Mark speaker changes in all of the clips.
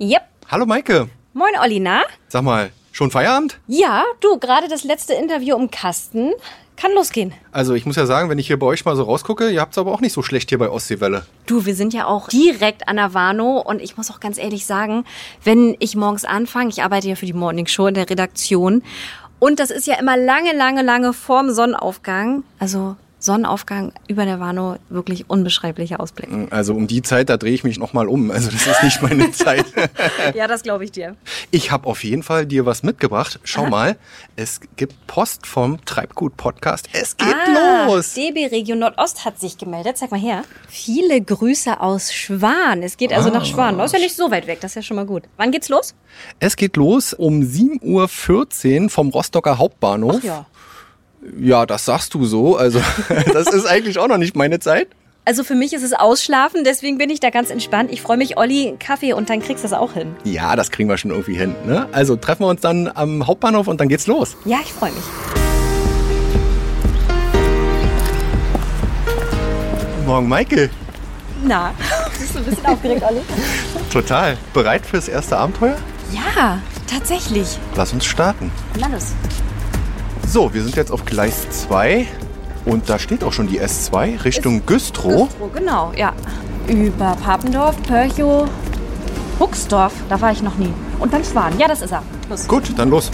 Speaker 1: Yep.
Speaker 2: Hallo Maike.
Speaker 1: Moin Olli, na?
Speaker 2: Sag mal, schon Feierabend?
Speaker 1: Ja, du, gerade das letzte Interview im Kasten. Kann losgehen.
Speaker 2: Also ich muss ja sagen, wenn ich hier bei euch mal so rausgucke, ihr habt es aber auch nicht so schlecht hier bei Ostseewelle.
Speaker 1: Du, wir sind ja auch direkt an der Warnow und ich muss auch ganz ehrlich sagen, wenn ich morgens anfange, ich arbeite ja für die Morning Show in der Redaktion und das ist ja immer lange, lange, lange vorm Sonnenaufgang. Also Sonnenaufgang über der Warnow, wirklich unbeschreiblicher Ausblick.
Speaker 2: Also um die Zeit, da drehe ich mich nochmal um. Also das ist nicht meine Zeit.
Speaker 1: ja, das glaube ich dir.
Speaker 2: Ich habe auf jeden Fall dir was mitgebracht. Schau mal, es gibt Post vom Treibgut-Podcast. Es geht
Speaker 1: Ah,
Speaker 2: los.
Speaker 1: DB Region Nordost hat sich gemeldet. Zeig mal her. Viele Grüße aus Schwan. Es geht also
Speaker 2: Ah.
Speaker 1: nach Schwan. Das ist ja nicht so weit weg. Das ist ja schon mal gut. Wann geht's los?
Speaker 2: Es geht los um 7.14 Uhr vom Rostocker Hauptbahnhof.
Speaker 1: Ach ja.
Speaker 2: ja, das sagst du so. Also das ist eigentlich auch noch nicht meine Zeit.
Speaker 1: Also für mich ist es Ausschlafen, deswegen bin ich da ganz entspannt. Ich freue mich, Olli, Kaffee und dann kriegst du das auch hin.
Speaker 2: Ja, das kriegen wir schon irgendwie hin. Ne? Also treffen wir uns dann am Hauptbahnhof und dann geht's los.
Speaker 1: Ja, ich freue mich.
Speaker 2: Guten Morgen, Maike.
Speaker 1: Na, bist du ein bisschen aufgeregt, Olli?
Speaker 2: Total. Bereit fürs erste Abenteuer?
Speaker 1: Ja, tatsächlich.
Speaker 2: Lass uns starten.
Speaker 1: Na los.
Speaker 2: So, wir sind jetzt auf Gleis 2 und da steht auch schon die S2 Richtung Güstrow.
Speaker 1: Güstrow, genau, ja. Über Papendorf, Pörchow, Buxdorf, da war ich noch nie. Und dann Schwan. Ja, das ist er. Los.
Speaker 2: Gut, dann los.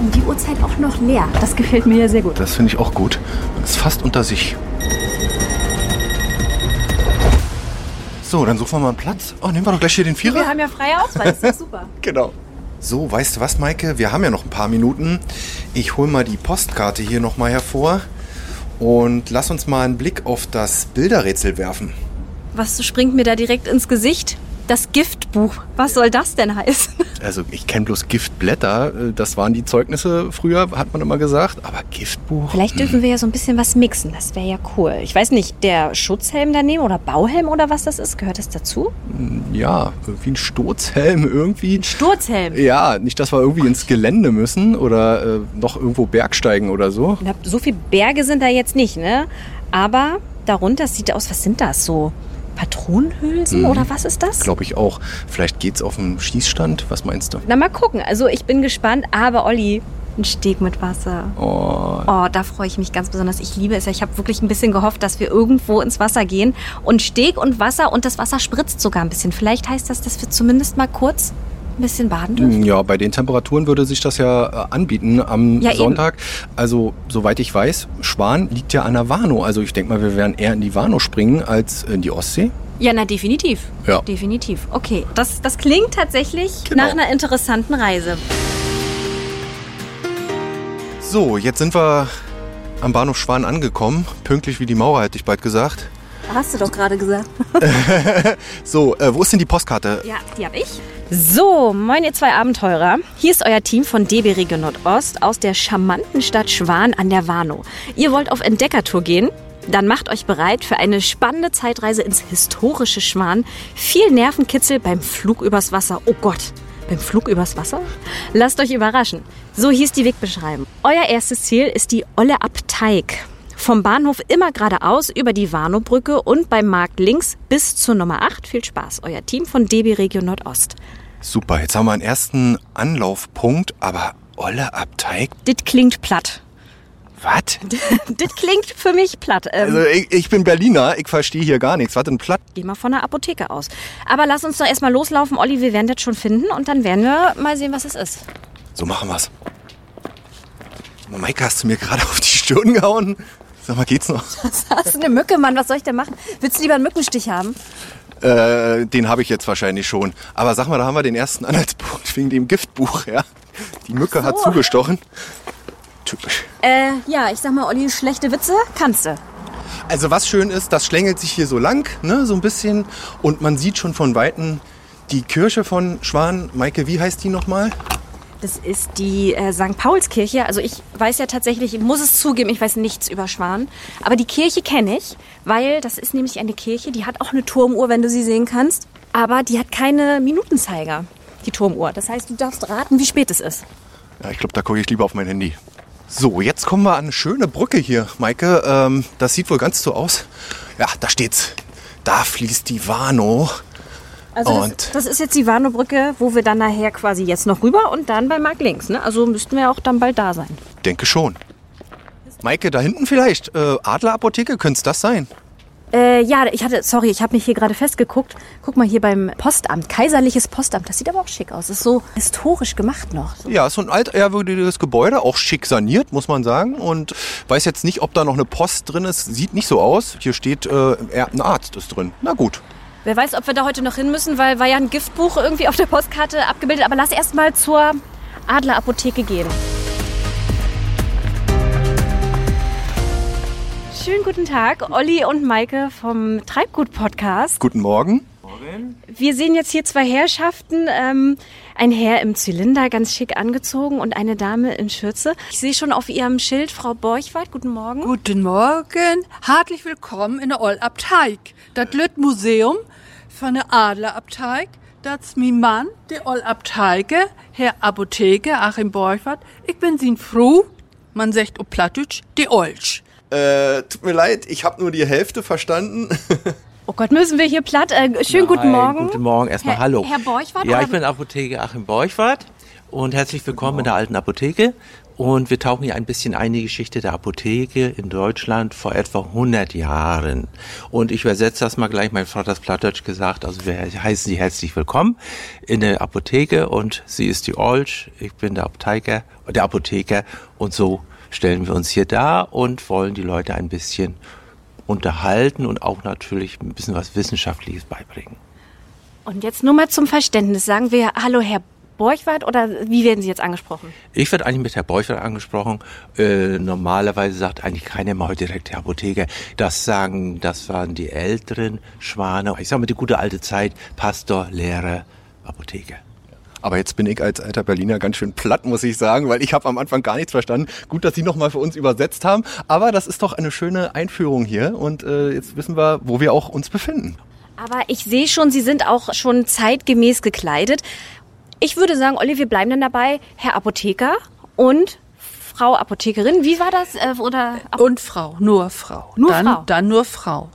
Speaker 1: Um die Uhrzeit auch noch leer. Das gefällt mir ja sehr gut.
Speaker 2: Das finde ich auch gut. Man ist fast unter sich. So, dann suchen wir mal einen Platz. Oh, nehmen wir doch gleich hier den Vierer.
Speaker 1: Wir haben ja freie Auswahl, das ist doch super.
Speaker 2: Genau. So, weißt du was, Maike? Wir haben ja noch ein paar Minuten. Ich hole mal die Postkarte hier nochmal hervor und lass uns mal einen Blick auf das Bilderrätsel werfen.
Speaker 1: Was springt mir da direkt ins Gesicht? Das Giftbuch. Was soll das denn heißen?
Speaker 2: Also ich kenne bloß Giftblätter, äh, das waren die Zeugnisse früher, hat man immer gesagt, aber Giftbuch.
Speaker 1: Vielleicht dürfen wir ja so ein bisschen was mixen. Das wäre ja cool. Ich weiß nicht, der Schutzhelm daneben oder Bauhelm oder was das ist, gehört das dazu?
Speaker 2: Ja, irgendwie ein Sturzhelm irgendwie.
Speaker 1: Sturzhelm.
Speaker 2: Ja, nicht, dass wir irgendwie ins Gelände müssen oder äh, noch irgendwo bergsteigen oder so.
Speaker 1: Na, So viele Berge sind da jetzt nicht, ne? Aber darunter sieht aus, was sind das so? Patronenhülsen oder was ist das?
Speaker 2: Glaube ich auch. Vielleicht geht's auf den Schießstand. Was meinst du?
Speaker 1: Na, mal gucken. Also, ich bin gespannt. Aber Olli, ein Steg mit Wasser.
Speaker 2: Oh,
Speaker 1: Oh, da freue ich mich ganz besonders. Ich liebe es ja. Ich habe wirklich ein bisschen gehofft, dass wir irgendwo ins Wasser gehen. Und Steg und Wasser und das Wasser spritzt sogar ein bisschen. Vielleicht heißt das, dass wir zumindest mal kurz ein bisschen baden dürfen.
Speaker 2: hm, ja, bei den Temperaturen würde sich das ja äh, anbieten am
Speaker 1: Ja, eben.
Speaker 2: Sonntag. Also, soweit ich weiß, Schwan liegt ja an der Warnow. Also, ich denke mal, wir werden eher in die Warnow springen als in die Ostsee.
Speaker 1: Ja, na definitiv.
Speaker 2: Ja.
Speaker 1: Definitiv. Okay, das, das klingt tatsächlich
Speaker 2: Genau.
Speaker 1: nach einer interessanten Reise.
Speaker 2: So, jetzt sind wir am Bahnhof Schwan angekommen. Pünktlich wie die Mauer, hätte ich bald gesagt.
Speaker 1: Hast du doch gerade gesagt.
Speaker 2: So, äh, wo ist denn die Postkarte?
Speaker 1: Ja, die habe ich. So, moin ihr zwei Abenteurer. Hier ist euer Team von DB Region Nordost aus der charmanten Stadt Schwan an der Warnow. Ihr wollt auf Entdeckertour gehen? Dann macht euch bereit für eine spannende Zeitreise ins historische Schwan. Viel Nervenkitzel beim Flug übers Wasser. Oh Gott, beim Flug übers Wasser? Lasst euch überraschen. So hieß die Wegbeschreibung. Euer erstes Ziel ist die Olle Abteig. Vom Bahnhof immer geradeaus über die Warnowbrücke und beim Markt links bis zur Nummer 8. Viel Spaß, euer Team von DB Region Nordost.
Speaker 2: Super, jetzt haben wir einen ersten Anlaufpunkt, aber Olle Abteig,
Speaker 1: Dit klingt platt.
Speaker 2: was?
Speaker 1: Dit klingt für mich platt. Ähm,
Speaker 2: Also, ich, ich bin Berliner, ich verstehe hier gar nichts. Was denn platt?
Speaker 1: geh mal von der Apotheke aus. Aber lass uns doch erstmal loslaufen, Olli. Wir werden das schon finden und dann werden wir mal sehen, was es ist.
Speaker 2: So machen wir's. Maike, hast du mir gerade auf die Stirn gehauen? Sag mal, geht's noch?
Speaker 1: Hast du eine Mücke, Mann? Was soll ich denn machen? Willst du lieber einen Mückenstich haben?
Speaker 2: Äh, den habe ich jetzt wahrscheinlich schon. Aber sag mal, da haben wir den ersten Anhaltspunkt wegen dem Giftbuch, ja? Die Mücke hat
Speaker 1: so.
Speaker 2: zugestochen. Typisch.
Speaker 1: Äh, ja, ich sag mal, Olli, schlechte Witze kannst du.
Speaker 2: Also was schön ist, das schlängelt sich hier so lang, ne, so ein bisschen. Und man sieht schon von Weitem die Kirche von Schwan. Maike, wie heißt die nochmal?
Speaker 1: Das ist die äh, St. Paulskirche. Also ich weiß ja tatsächlich, ich muss es zugeben, ich weiß nichts über Schwan. Aber die Kirche kenne ich, weil das ist nämlich eine Kirche, die hat auch eine Turmuhr, wenn du sie sehen kannst. Aber die hat keine Minutenzeiger, die Turmuhr. Das heißt, du darfst raten, wie spät es ist.
Speaker 2: Ja, ich glaube, da gucke ich lieber auf mein Handy. So, jetzt kommen wir an eine schöne Brücke hier, Maike. Ähm, das sieht wohl ganz so aus. Ja, da steht's. Da fließt die Warnow.
Speaker 1: Also das,
Speaker 2: Und-
Speaker 1: das ist jetzt die Warnow-Brücke, wo wir dann nachher quasi jetzt noch rüber und dann bei Mark links. Ne? Also müssten wir auch dann bald da sein.
Speaker 2: Denke schon. Maike, da hinten vielleicht. Äh, Adlerapotheke, könnte es das sein?
Speaker 1: Äh, ja, ich hatte, sorry, ich habe mich hier gerade festgeguckt. Guck mal hier beim Postamt, kaiserliches Postamt. Das sieht aber auch schick aus. Ist so historisch gemacht noch. So.
Speaker 2: Ja, ist so ein altehrwürdiges Gebäude, auch schick saniert, muss man sagen. Und weiß jetzt nicht, ob da noch eine Post drin ist. Sieht nicht so aus. Hier steht, äh, er- ein Arzt ist drin. Na gut.
Speaker 1: Wer weiß, ob wir da heute noch hin müssen, weil war ja ein Giftbuch irgendwie auf der Postkarte abgebildet. Aber lass erst mal zur Adlerapotheke gehen. Schönen guten Tag, Olli und Maike vom Treibgut-Podcast.
Speaker 2: Guten Morgen.
Speaker 1: Wir sehen jetzt hier zwei Herrschaften. Ähm, ein Herr im Zylinder, ganz schick angezogen und eine Dame in Schürze. Ich sehe schon auf ihrem Schild Frau Borchwald. Guten Morgen.
Speaker 3: Guten Morgen, herzlich willkommen in der Ollabteik. Das Lütt Museum von der Adlerabteik, das mi Mann, der Ollabteike, Herr Apotheke Achim Borchwart. Ich bin sin froh, man sagt ob Plattdeutsch, die Olsch.
Speaker 2: Äh, tut mir leid, ich habe nur die Hälfte verstanden.
Speaker 1: Oh Gott, müssen wir hier platt. Äh, schönen guten
Speaker 4: Nein,
Speaker 1: Morgen.
Speaker 4: Guten Morgen, erstmal
Speaker 1: Herr-
Speaker 4: hallo.
Speaker 1: Herr Borchwart,
Speaker 4: Ja,
Speaker 1: oder-
Speaker 4: ich bin Apotheke Achim Borchwart und herzlich willkommen in der alten Apotheke. Und wir tauchen hier ein bisschen ein in die Geschichte der Apotheke in Deutschland vor etwa 100 Jahren. Und ich übersetze das mal gleich, mein Vater hat Plattdeutsch gesagt, also wir heißen Sie herzlich willkommen in der Apotheke und sie ist die Olsch, ich bin der Apotheker, der Apotheker und so stellen wir uns hier dar und wollen die Leute ein bisschen unterhalten und auch natürlich ein bisschen was Wissenschaftliches beibringen.
Speaker 1: Und jetzt nur mal zum Verständnis. Sagen wir Hallo Herr Borchwart oder wie werden Sie jetzt angesprochen?
Speaker 4: Ich werde eigentlich mit Herr Borchert angesprochen. Äh, normalerweise sagt eigentlich keiner mal heute direkt Herr Apotheker. Das sagen, das waren die älteren Schwane. Ich sage mal, die gute alte Zeit, Pastor, Lehrer, Apotheker.
Speaker 2: Aber jetzt bin ich als alter Berliner ganz schön platt, muss ich sagen, weil ich habe am Anfang gar nichts verstanden. Gut, dass Sie nochmal für uns übersetzt haben. Aber das ist doch eine schöne Einführung hier. Und äh, jetzt wissen wir, wo wir auch uns befinden.
Speaker 1: Aber ich sehe schon, Sie sind auch schon zeitgemäß gekleidet. Ich würde sagen, Olli, wir bleiben dann dabei. Herr Apotheker und Frau Apothekerin. Wie war das? Äh, oder
Speaker 3: Und Frau, nur Frau.
Speaker 1: Nur
Speaker 3: dann,
Speaker 1: Frau.
Speaker 3: Dann nur Frau.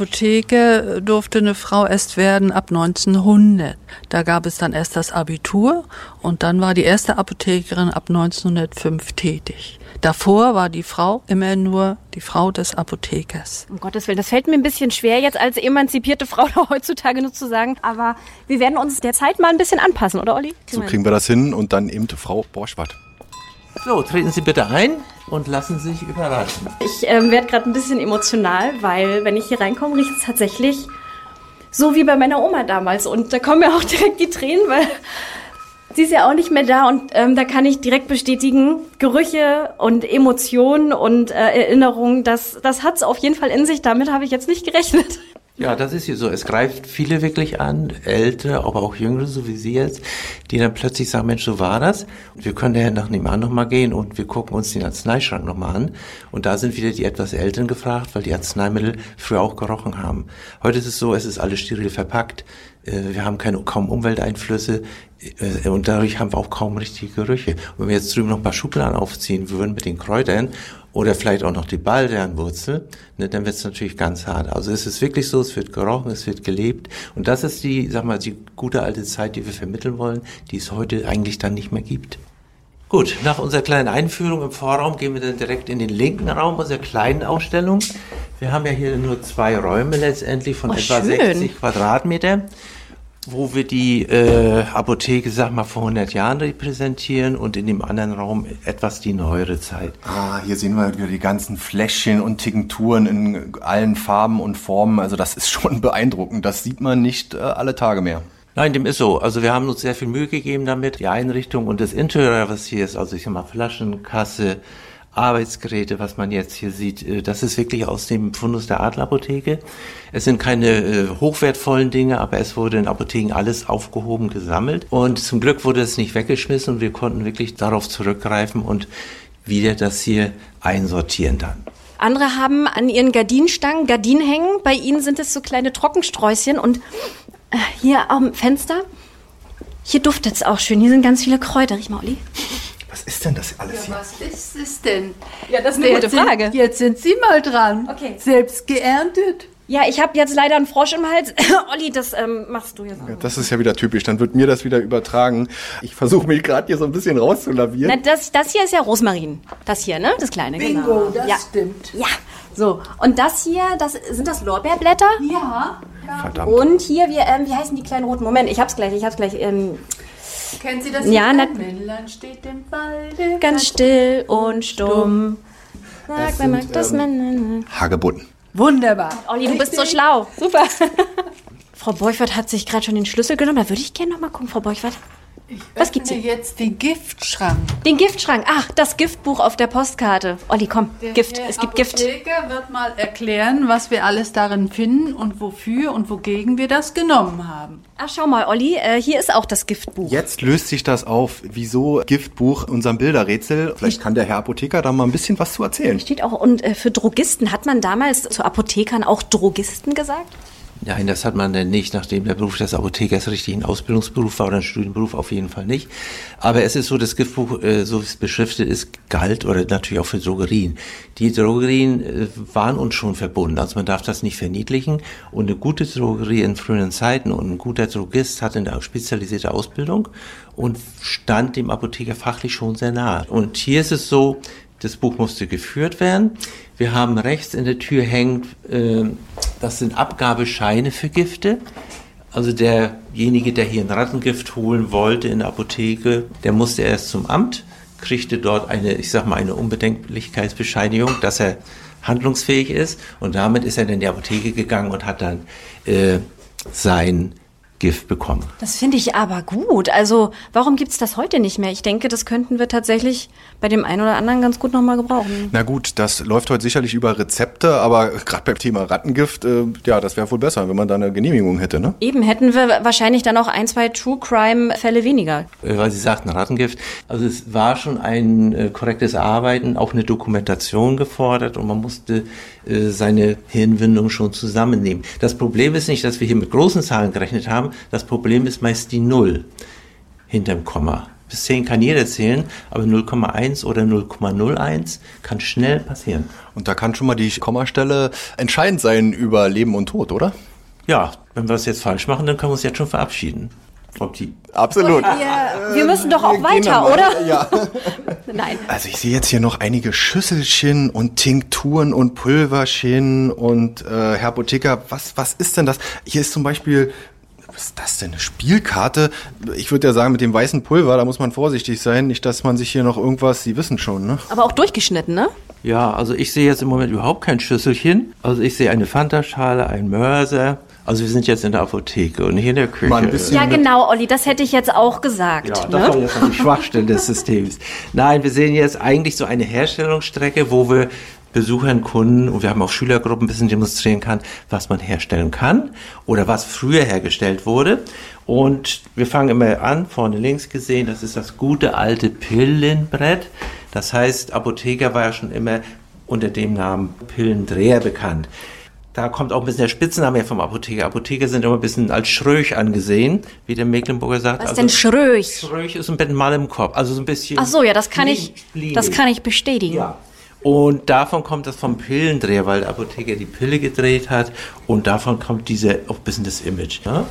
Speaker 3: Apotheke äh, durfte eine Frau erst werden ab 1900. Da gab es dann erst das Abitur und dann war die erste Apothekerin ab 1905 tätig. Davor war die Frau immer nur die Frau des Apothekers.
Speaker 1: Um Gottes Willen, das fällt mir ein bisschen schwer, jetzt als emanzipierte Frau da heutzutage nur zu sagen. Aber wir werden uns der Zeit mal ein bisschen anpassen, oder Olli?
Speaker 2: So kriegen wir das hin und dann eben Frau Borschwart.
Speaker 4: So, treten Sie bitte ein und lassen Sie sich überraschen.
Speaker 1: Ich ähm, werde gerade ein bisschen emotional, weil wenn ich hier reinkomme, riecht es tatsächlich so wie bei meiner Oma damals. Und da kommen mir auch direkt die Tränen, weil sie ist ja auch nicht mehr da. Und ähm, da kann ich direkt bestätigen, Gerüche und Emotionen und äh, Erinnerungen, das, das hat es auf jeden Fall in sich. Damit habe ich jetzt nicht gerechnet.
Speaker 4: Ja, das ist hier so. Es greift viele wirklich an, ältere, aber auch jüngere, so wie Sie jetzt, die dann plötzlich sagen, Mensch, so war das. Und wir können daher nach nebenan nochmal gehen und wir gucken uns den Arzneischrank nochmal an. Und da sind wieder die etwas Älteren gefragt, weil die Arzneimittel früher auch gerochen haben. Heute ist es so, es ist alles steril verpackt. Äh, Wir haben keine, kaum Umwelteinflüsse äh, und dadurch haben wir auch kaum richtige Gerüche. Und wenn wir jetzt drüben noch ein paar Schubladen aufziehen würden mit den Kräutern oder vielleicht auch noch die Baldernwurzel, ne, dann wird es natürlich ganz hart. Also es ist wirklich so, es wird gerochen, es wird gelebt. Und das ist die, sag mal, die gute alte Zeit, die wir vermitteln wollen, die es heute eigentlich dann nicht mehr gibt. Gut, nach unserer kleinen Einführung im Vorraum gehen wir dann direkt in den linken Raum unserer kleinen Ausstellung. Wir haben ja hier nur zwei Räume letztendlich von
Speaker 1: Oh,
Speaker 4: etwa
Speaker 1: schön.
Speaker 4: 60 Quadratmeter, wo wir die äh, Apotheke, sag mal, vor 100 Jahren repräsentieren und in dem anderen Raum etwas die neuere Zeit.
Speaker 2: Ah, hier sehen wir wieder die ganzen Fläschchen und Tinkturen in allen Farben und Formen. Also das ist schon beeindruckend. Das sieht man nicht äh, alle Tage mehr.
Speaker 4: Nein, dem ist so. Also wir haben uns sehr viel Mühe gegeben damit, die Einrichtung und das Interieur, was hier ist, also ich sag mal Flaschen, Kasse, Arbeitsgeräte, was man jetzt hier sieht, äh, das ist wirklich aus dem Fundus der Adlerapotheke. Es sind keine äh, hochwertvollen Dinge, aber es wurde in Apotheken alles aufgehoben, gesammelt und zum Glück wurde es nicht weggeschmissen und wir konnten wirklich darauf zurückgreifen und wieder das hier einsortieren dann.
Speaker 1: Andere haben an ihren Gardinenstangen Gardinen hängen. Bei ihnen sind es so kleine Trockensträußchen. Und äh, hier am Fenster, hier duftet es auch schön. Hier sind ganz viele Kräuter. Riech mal, Olli.
Speaker 2: Was ist denn das alles hier?
Speaker 3: Was ist es denn?
Speaker 1: Ja, das ist eine gute Frage.
Speaker 3: Sind, jetzt sind Sie mal dran.
Speaker 1: Okay.
Speaker 3: Selbst geerntet.
Speaker 1: Ja, ich habe jetzt leider einen Frosch im Hals. Olli, das ähm, machst du jetzt. auch.
Speaker 2: Das ist ja wieder typisch. Dann wird mir das wieder übertragen. Ich versuche mich gerade hier so ein bisschen
Speaker 1: Na,
Speaker 2: rauszulavieren.
Speaker 1: Ne, das, das hier ist ja Rosmarin. Das hier, ne? Das kleine, genau.
Speaker 3: das
Speaker 1: ja.
Speaker 3: stimmt.
Speaker 1: Ja. So, und das hier, das sind das Lorbeerblätter?
Speaker 3: Ja.
Speaker 2: Verdammt.
Speaker 1: Und hier, wir, ähm, wie heißen die kleinen roten? Moment, ich hab's gleich, ich hab's gleich. Ähm,
Speaker 3: Kennen Sie das?
Speaker 1: Ja,
Speaker 3: Lied?
Speaker 1: na-
Speaker 3: Ein Männlein steht im Walde.
Speaker 1: ganz still und stumm. Sag, wer mag das Männlein?
Speaker 2: Hagebutten.
Speaker 3: Wunderbar.
Speaker 1: Olli, du bist so schlau. Super. Frau Beuchert hat sich gerade schon den Schlüssel genommen. Da würde ich gerne nochmal gucken, Frau Beuchert. Was gibt's
Speaker 3: Öffne
Speaker 1: hier?
Speaker 3: jetzt den Giftschrank.
Speaker 1: Den Giftschrank. Ach, das Giftbuch auf der Postkarte. Olli, komm, Gift.
Speaker 3: Der
Speaker 1: Es gibt Gift.
Speaker 3: Apotheker wird mal erklären, was wir alles darin finden und wofür und wogegen wir das genommen haben.
Speaker 1: Ach, schau mal, Olli, äh, hier ist auch das Giftbuch.
Speaker 2: Jetzt löst sich das auf. Wieso Giftbuch unserem Bilderrätsel? Vielleicht kann der Herr Apotheker da mal ein bisschen was zu erzählen.
Speaker 1: Steht auch, und äh, für Drogisten, hat man damals zu Apothekern auch Drogisten gesagt?
Speaker 4: Nein, das hat man denn nicht, nachdem der Beruf des Apothekers richtig ein Ausbildungsberuf war oder ein Studienberuf auf jeden Fall nicht. Aber es ist so, das Giftbuch, äh, so wie es beschriftet ist, galt oder natürlich auch für Drogerien. Die Drogerien äh, waren uns schon verbunden, also man darf das nicht verniedlichen. Und eine gute Drogerie in frühen Zeiten und ein guter Drogist hatte eine spezialisierte Ausbildung und stand dem Apotheker fachlich schon sehr nahe. Und hier ist es so, das Buch musste geführt werden. Wir haben rechts in der Tür hängt, ähm, das sind Abgabescheine für Gifte. Also derjenige, der hier ein Rattengift holen wollte in der Apotheke, der musste erst zum Amt, kriegte dort eine, ich sag mal, eine Unbedenklichkeitsbescheinigung, dass er handlungsfähig ist. Und damit ist er dann in die Apotheke gegangen und hat dann äh, sein Gift bekommen.
Speaker 1: Das finde ich aber gut. Also, warum gibt's das heute nicht mehr? Ich denke, das könnten wir tatsächlich bei dem einen oder anderen ganz gut nochmal gebrauchen.
Speaker 2: Na gut, das läuft heute sicherlich über Rezepte, aber gerade beim Thema Rattengift, äh, ja, das wäre wohl besser, wenn man da eine Genehmigung hätte, ne?
Speaker 1: Eben hätten wir wahrscheinlich dann auch ein, zwei True Crime-Fälle weniger.
Speaker 4: äh, weil Sie sagten Rattengift. Also es war schon ein äh, korrektes Arbeiten, auch eine Dokumentation gefordert und man musste äh, seine Hirnwindung schon zusammennehmen. Das Problem ist nicht, dass wir hier mit großen Zahlen gerechnet haben. Das Problem ist meist die Null hinterm Komma. Bis 10 kann jeder zählen, aber 0,1 oder 0,01 kann schnell passieren.
Speaker 2: Und da kann schon mal die Kommastelle entscheidend sein über Leben und Tod, oder?
Speaker 4: Ja, wenn wir es jetzt falsch machen, dann können wir uns jetzt schon verabschieden. Ob die
Speaker 2: Absolut.
Speaker 1: wir müssen
Speaker 2: Äh,
Speaker 1: doch auch weiter, oder? Nein.
Speaker 2: Also ich sehe jetzt hier noch einige Schüsselchen und Tinkturen und Pulverchen und äh, Herr Apotheker, was, was ist denn das? Hier ist zum Beispiel, was ist das denn, eine Spielkarte? Ich würde ja sagen, mit dem weißen Pulver, da muss man vorsichtig sein, nicht, dass man sich hier noch irgendwas, Sie wissen schon, ne?
Speaker 1: Aber auch durchgeschnitten, ne?
Speaker 4: Ja, also ich sehe jetzt im Moment überhaupt kein Schüsselchen. Also ich sehe eine Fantaschale, einen Mörser. Also wir sind jetzt in der Apotheke und nicht in der Küche.
Speaker 2: Mal ein bisschen-
Speaker 1: Ja, genau, Olli, das hätte ich jetzt auch gesagt.
Speaker 4: Ja, das war
Speaker 1: ne?
Speaker 4: jetzt noch die Schwachstelle des Systems. Nein, wir sehen jetzt eigentlich so eine Herstellungsstrecke, wo wir Besuchern, Kunden und wir haben auch Schülergruppen ein bisschen demonstrieren kann, was man herstellen kann oder was früher hergestellt wurde. Und wir fangen immer an, vorne links gesehen, das ist das gute alte Pillenbrett. Das heißt, Apotheker war ja schon immer unter dem Namen Pillendreher bekannt. Da kommt auch ein bisschen der Spitzname her vom Apotheker. Apotheker sind immer ein bisschen als Schröch angesehen, wie der Mecklenburger sagt. Also
Speaker 1: Was ist denn Schröch?
Speaker 4: Schröch ist ein bisschen mal im Kopf, also so ein bisschen.
Speaker 1: Ach so, ja, das kann ich, das kann ich bestätigen.
Speaker 4: Ja. Und davon kommt das vom Pillendreher, weil der Apotheker die Pille gedreht hat und davon kommt diese auch ein bisschen das Image. Ne?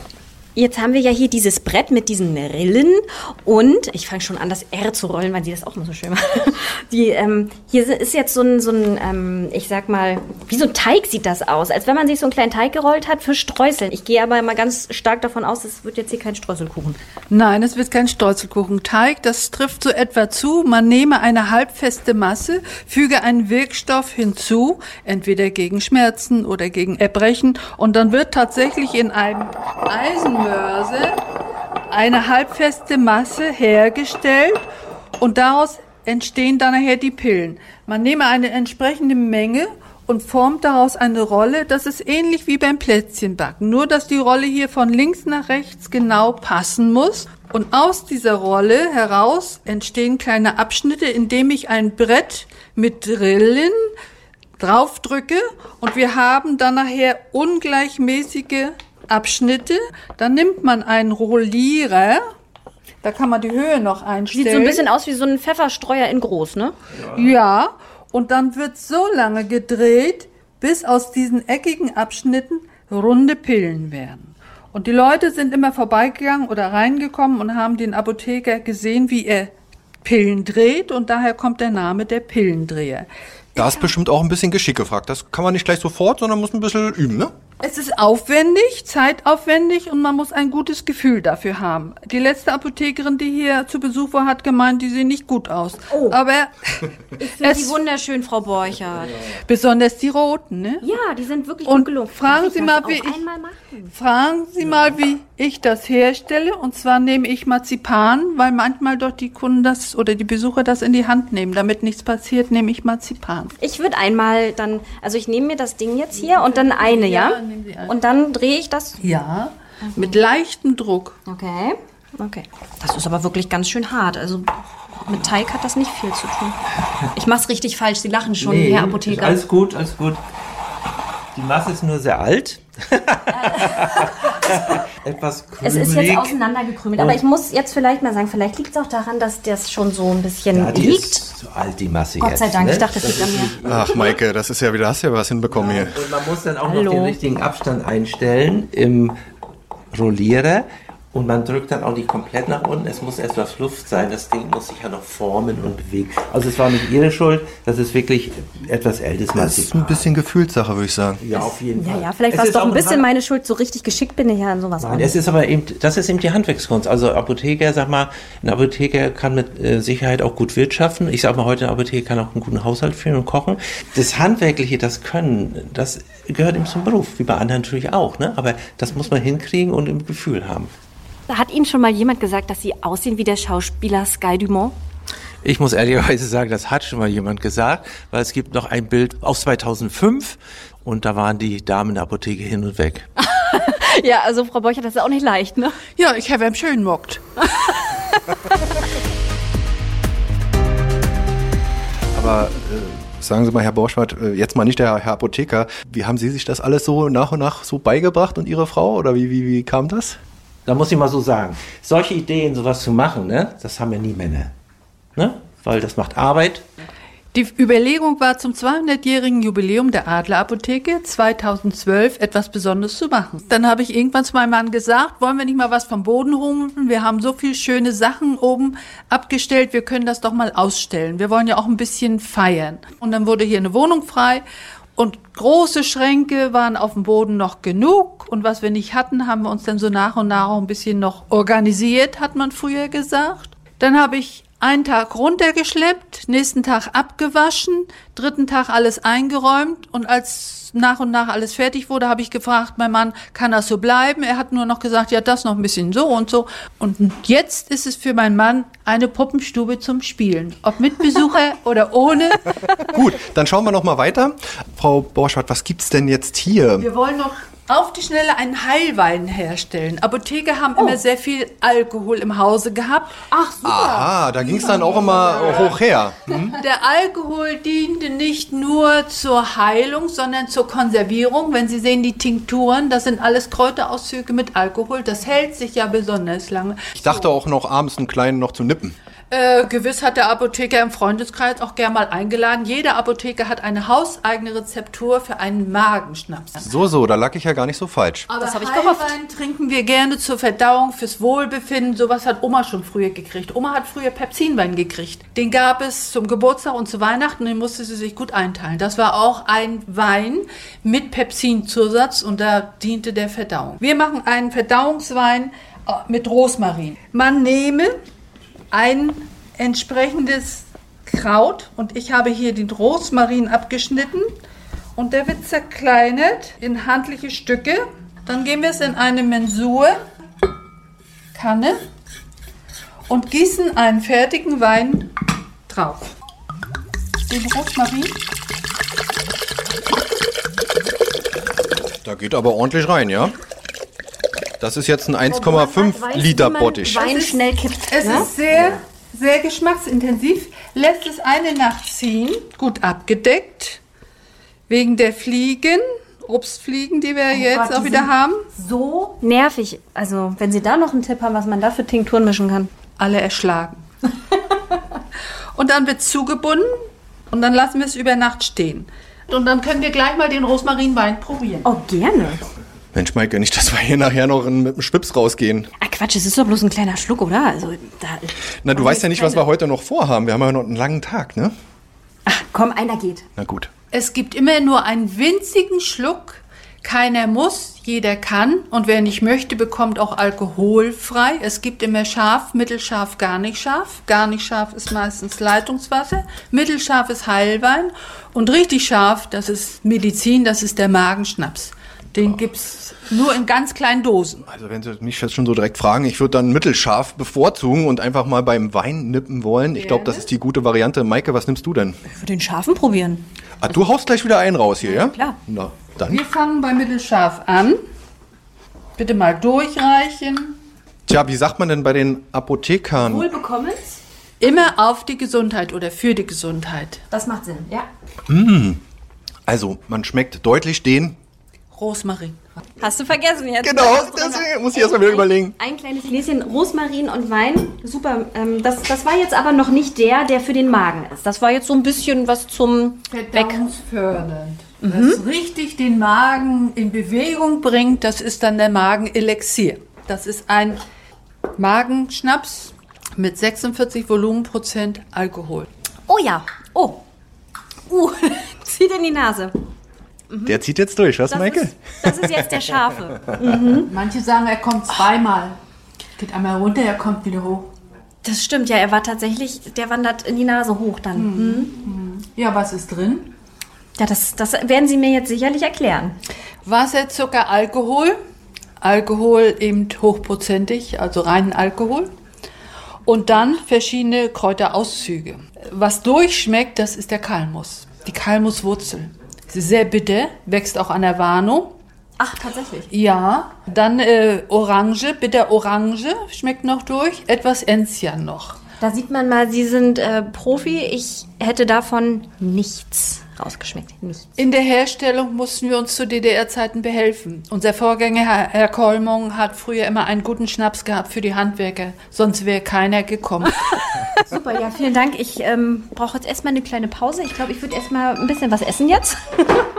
Speaker 1: Jetzt haben wir ja hier dieses Brett mit diesen Rillen und ich fange schon an, das R zu rollen, weil sie das auch immer so schön machen. Die, ähm, hier si- ist jetzt so ein, so ein ähm, ich sag mal, wie so ein Teig sieht das aus, als wenn man sich so einen kleinen Teig gerollt hat für Streuseln. Ich gehe aber mal ganz stark davon aus, es wird jetzt hier kein Streuselkuchen.
Speaker 3: Nein, es wird kein Streuselkuchenteig. Das trifft so etwa zu. Man nehme eine halbfeste Masse, füge einen Wirkstoff hinzu, entweder gegen Schmerzen oder gegen Erbrechen, und dann wird tatsächlich in einem Eisenmörse eine halbfeste Masse hergestellt und daraus entstehen dann nachher die Pillen. Man nehme eine entsprechende Menge und formt daraus eine Rolle. Das ist ähnlich wie beim Plätzchenbacken, nur dass die Rolle hier von links nach rechts genau passen muss. Und aus dieser Rolle heraus entstehen kleine Abschnitte, indem ich ein Brett mit Drillen draufdrücke und wir haben dann nachher ungleichmäßige Abschnitte. Dann nimmt man einen Rollierer, da kann man die Höhe noch einstellen.
Speaker 1: Sieht so ein bisschen aus wie so ein Pfefferstreuer in groß, ne?
Speaker 3: Ja, und dann wird so lange gedreht, bis aus diesen eckigen Abschnitten runde Pillen werden. Und die Leute sind immer vorbeigegangen oder reingekommen und haben den Apotheker gesehen, wie er Pillen dreht und daher kommt der Name der Pillendreher.
Speaker 2: Da ist bestimmt auch ein bisschen Geschick gefragt. Das kann man nicht gleich sofort, sondern muss ein bisschen üben, ne?
Speaker 3: Es ist aufwendig, zeitaufwendig und man muss ein gutes Gefühl dafür haben. Die letzte Apothekerin, die hier zu Besuch war, hat gemeint, die sehen nicht gut aus.
Speaker 1: Oh.
Speaker 3: Aber
Speaker 1: Ich finde die
Speaker 3: Es-
Speaker 1: wunderschön, Frau Borchert.
Speaker 3: besonders die Roten, ne?
Speaker 1: Ja, die sind wirklich
Speaker 3: Und
Speaker 1: gut gelungen.
Speaker 3: fragen
Speaker 1: Darf ich
Speaker 3: Sie
Speaker 1: das
Speaker 3: mal,
Speaker 1: auch
Speaker 3: wie ich-
Speaker 1: einmal machen?
Speaker 3: Fragen Sie mal, wie ich das herstelle. Und zwar nehme ich Marzipan, weil manchmal doch die Kunden das oder die Besucher das in die Hand nehmen. Damit nichts passiert, nehme ich Marzipan.
Speaker 1: Ich würde einmal dann, also ich nehme mir das Ding jetzt hier und dann eine, ja?
Speaker 3: Ja, nehmen Sie eine.
Speaker 1: Und dann drehe ich das.
Speaker 3: Ja, mit leichtem Druck.
Speaker 1: Okay. Okay. Das ist aber wirklich ganz schön hart. Also mit Teig hat das nicht viel zu tun. Ich mach's richtig falsch. Sie lachen schon, Herr Apotheker.
Speaker 4: Alles gut, alles gut. Die Masse ist nur sehr alt. Etwas
Speaker 1: es ist jetzt
Speaker 4: krümelig.
Speaker 1: auseinandergekrümelt. Aber ich muss jetzt vielleicht mal sagen, vielleicht liegt es auch daran, dass das schon so ein bisschen
Speaker 4: Ja, die
Speaker 1: liegt.
Speaker 4: ist so alt, die Masse
Speaker 1: Gott
Speaker 4: jetzt.
Speaker 1: sei Dank.
Speaker 4: ne?
Speaker 1: Ich dachte, das liegt an mir.
Speaker 2: Ach, Maike, das ist ja wieder, hast ja was hinbekommen hier.
Speaker 4: Und man muss dann auch
Speaker 1: Hallo.
Speaker 4: noch den richtigen Abstand einstellen im Rollierer. Und man drückt dann auch nicht komplett nach unten. Es muss etwas Luft sein. Das Ding muss sich ja noch formen und bewegen. Also es war nicht Ihre Schuld. Das ist wirklich etwas ältes
Speaker 2: Das ist ein
Speaker 4: Marzipan.
Speaker 2: bisschen Gefühlssache, würde ich sagen.
Speaker 4: Ja, auf jeden
Speaker 1: Ja,
Speaker 4: Fall.
Speaker 1: ja, vielleicht
Speaker 4: Es
Speaker 1: war es
Speaker 4: ist
Speaker 1: doch
Speaker 4: auch
Speaker 1: ein bisschen
Speaker 4: Hand-
Speaker 1: meine Schuld. So richtig geschickt bin ich ja in sowas. auch
Speaker 4: Nein,
Speaker 1: nicht.
Speaker 4: es ist aber eben, das ist eben die Handwerkskunst. Also Apotheker, sag mal, ein Apotheker kann mit äh, Sicherheit auch gut wirtschaften. Ich sag mal, heute ein Apotheker kann auch einen guten Haushalt führen und kochen. Das Handwerkliche, das Können, das gehört eben zum Beruf, wie bei anderen natürlich auch, ne? Aber das muss man hinkriegen und im Gefühl haben.
Speaker 1: Hat Ihnen schon mal jemand gesagt, dass Sie aussehen wie der Schauspieler Sky Dumont?
Speaker 4: Ich muss ehrlicherweise sagen, das hat schon mal jemand gesagt, weil es gibt noch ein Bild aus 2005 und da waren die Damen der Apotheke hin und weg.
Speaker 1: Ja, also Frau Borchert, das ist auch nicht leicht, ne?
Speaker 3: Ja, ich habe einen schönen Mockt.
Speaker 2: Aber äh, sagen Sie mal, Herr Borschwart, äh, jetzt mal nicht der Herr Apotheker, wie haben Sie sich das alles so nach und nach so beigebracht und Ihre Frau? Oder wie, wie, wie kam das?
Speaker 4: Da muss ich mal so sagen, solche Ideen, sowas zu machen, ne, das haben ja nie Männer. Ne? Weil das macht Arbeit.
Speaker 3: Die Überlegung war zum 200-jährigen Jubiläum der Adlerapotheke 2012 etwas Besonderes zu machen. Dann habe ich irgendwann zu meinem Mann gesagt, wollen wir nicht mal was vom Boden holen? Wir haben so viele schöne Sachen oben abgestellt, wir können das doch mal ausstellen. Wir wollen ja auch ein bisschen feiern. Und dann wurde hier eine Wohnung frei und große Schränke waren auf dem Boden noch genug. Und was wir nicht hatten, haben wir uns dann so nach und nach auch ein bisschen noch organisiert, hat man früher gesagt. Dann habe ich einen Tag runtergeschleppt, nächsten Tag abgewaschen, dritten Tag alles eingeräumt und als nach und nach alles fertig wurde, habe ich gefragt, mein Mann, kann das so bleiben? Er hat nur noch gesagt, ja, das noch ein bisschen so und so. Und jetzt ist es für meinen Mann eine Puppenstube zum Spielen. Ob mit Besucher oder ohne.
Speaker 2: Gut, dann schauen wir noch mal weiter. Frau Borschwart, was gibt's denn jetzt hier?
Speaker 3: Wir wollen noch auf die Schnelle einen Heilwein herstellen. Apotheker haben immer sehr viel Alkohol im Hause gehabt. Ach so.
Speaker 2: Aha, da ging's dann auch immer hoch her. Hm?
Speaker 3: Der Alkohol diente nicht nur zur Heilung, sondern zur Konservierung. Wenn Sie sehen, die Tinkturen, das sind alles Kräuterauszüge mit Alkohol. Das hält sich ja besonders lange.
Speaker 2: Ich dachte auch noch abends einen kleinen noch zu nippen.
Speaker 3: Äh, gewiss hat der Apotheker im Freundeskreis auch gern mal eingeladen. Jeder Apotheker hat eine hauseigene Rezeptur für einen Magenschnaps.
Speaker 2: So, so, da lag ich ja gar nicht so falsch.
Speaker 3: Aber
Speaker 1: Das habe ich gehofft.
Speaker 3: Heilwein trinken wir gerne zur Verdauung, fürs Wohlbefinden. Sowas hat Oma schon früher gekriegt. Oma hat früher Pepsinwein gekriegt. Den gab es zum Geburtstag und zu Weihnachten. Den musste sie sich gut einteilen. Das war auch ein Wein mit Pepsinzusatz und da diente der Verdauung. Wir machen einen Verdauungswein äh, mit Rosmarin. Man nehme ein entsprechendes Kraut und ich habe hier den Rosmarin abgeschnitten und der wird zerkleinert in handliche Stücke. Dann geben wir es in eine Mensurkanne und gießen einen fertigen Wein drauf. Den Rosmarin.
Speaker 2: Da geht aber ordentlich rein, ja? Das ist jetzt ein 1,5 Liter Bottich.
Speaker 1: Wein
Speaker 3: Es ist-
Speaker 1: schnell kippt.
Speaker 3: Es
Speaker 1: ne?
Speaker 3: ist sehr, sehr geschmacksintensiv. Lässt es eine Nacht ziehen, gut abgedeckt, wegen der Fliegen, Obstfliegen, die wir jetzt
Speaker 1: Oh Gott,
Speaker 3: auch
Speaker 1: die
Speaker 3: wieder
Speaker 1: sind-
Speaker 3: haben.
Speaker 1: so nervig. Also, wenn Sie da noch einen Tipp haben, was man da für Tinkturen mischen kann.
Speaker 3: alle erschlagen. und dann wird zugebunden und dann lassen wir es über Nacht stehen. Und dann können wir gleich mal den Rosmarinwein probieren.
Speaker 1: Oh, gerne.
Speaker 2: Mensch, Maike, nicht, dass wir hier nachher noch in, mit dem Schwips rausgehen.
Speaker 1: Ah, Quatsch, es ist doch bloß ein kleiner Schluck, oder? Also, da,
Speaker 2: Na, du weißt ja nicht, was wir heute noch vorhaben. Wir haben ja noch einen langen Tag, ne?
Speaker 1: ach, komm, einer geht.
Speaker 2: Na gut.
Speaker 3: Es gibt immer nur einen winzigen Schluck. Keiner muss, jeder kann. Und wer nicht möchte, bekommt auch alkoholfrei. Es gibt immer scharf, mittelscharf, gar nicht scharf. Gar nicht scharf ist meistens Leitungswasser. Mittelscharf ist Heilwein. Und richtig scharf, das ist Medizin, das ist der Magenschnaps. Den gibt's nur in ganz kleinen Dosen.
Speaker 2: Also wenn Sie mich jetzt schon so direkt fragen, ich würde dann mittelscharf bevorzugen und einfach mal beim Wein nippen wollen. Ich glaube, das ist die gute Variante. Maike, was nimmst du denn?
Speaker 1: Ich würde den Schafen probieren.
Speaker 2: Ah, du haust gleich wieder einen raus hier, ja?
Speaker 1: klar.
Speaker 2: Na, dann.
Speaker 3: Wir fangen bei mittelscharf an. Bitte mal durchreichen.
Speaker 2: Tja, wie sagt man denn bei den Apothekern?
Speaker 1: Wohlbekommens?
Speaker 3: Immer auf die Gesundheit oder für die Gesundheit.
Speaker 1: Das macht Sinn, ja.
Speaker 2: Also, man schmeckt deutlich den.
Speaker 3: Rosmarin.
Speaker 1: Hast du vergessen jetzt?
Speaker 2: Genau, deswegen muss ich erst mal wieder überlegen.
Speaker 1: Ein kleines Gläschen Rosmarin und Wein. Super. Ähm, das, das war jetzt aber noch nicht der, der für den Magen ist. Das war jetzt so ein bisschen was zum Weg.
Speaker 3: Verdauungsfördernd. Das richtig den Magen in Bewegung bringt, das ist dann der Magenelixier. Das ist ein Magenschnaps mit 46 Volumenprozent Alkohol.
Speaker 1: Oh ja. Oh. Uh, zieht in die Nase.
Speaker 2: Der zieht jetzt durch, was,
Speaker 1: Mhm. Das,
Speaker 2: Maike?
Speaker 1: ist, das ist jetzt der Schafe.
Speaker 3: Manche sagen, er kommt zweimal. Geht einmal runter, er kommt wieder hoch.
Speaker 1: Das stimmt, ja. Er war tatsächlich, der wandert in die Nase hoch dann. Mhm.
Speaker 3: Ja, was ist drin?
Speaker 1: Ja, das, das werden Sie mir jetzt sicherlich erklären.
Speaker 3: Wasser, Zucker, Alkohol. Alkohol eben hochprozentig, also reinen Alkohol. Und dann verschiedene Kräuterauszüge. Was durchschmeckt, das ist der Kalmus. Die Kalmuswurzel. Sie ist sehr bitter, wächst auch an der Warnow.
Speaker 1: Ach, tatsächlich.
Speaker 3: Ja, dann äh, Orange, bitter Orange schmeckt noch durch. Etwas Enzian noch.
Speaker 1: Da sieht man mal, Sie sind äh, Profi. Ich hätte davon nichts rausgeschmeckt. Nichts.
Speaker 3: In der Herstellung mussten wir uns zu DDR-Zeiten behelfen. Unser Vorgänger, Herr Herr Kolmung, hat früher immer einen guten Schnaps gehabt für die Handwerker. Sonst wäre keiner gekommen.
Speaker 1: Super, ja, vielen Dank. Ich ähm, brauche jetzt erstmal eine kleine Pause. Ich glaube, ich würde erstmal ein bisschen was essen jetzt.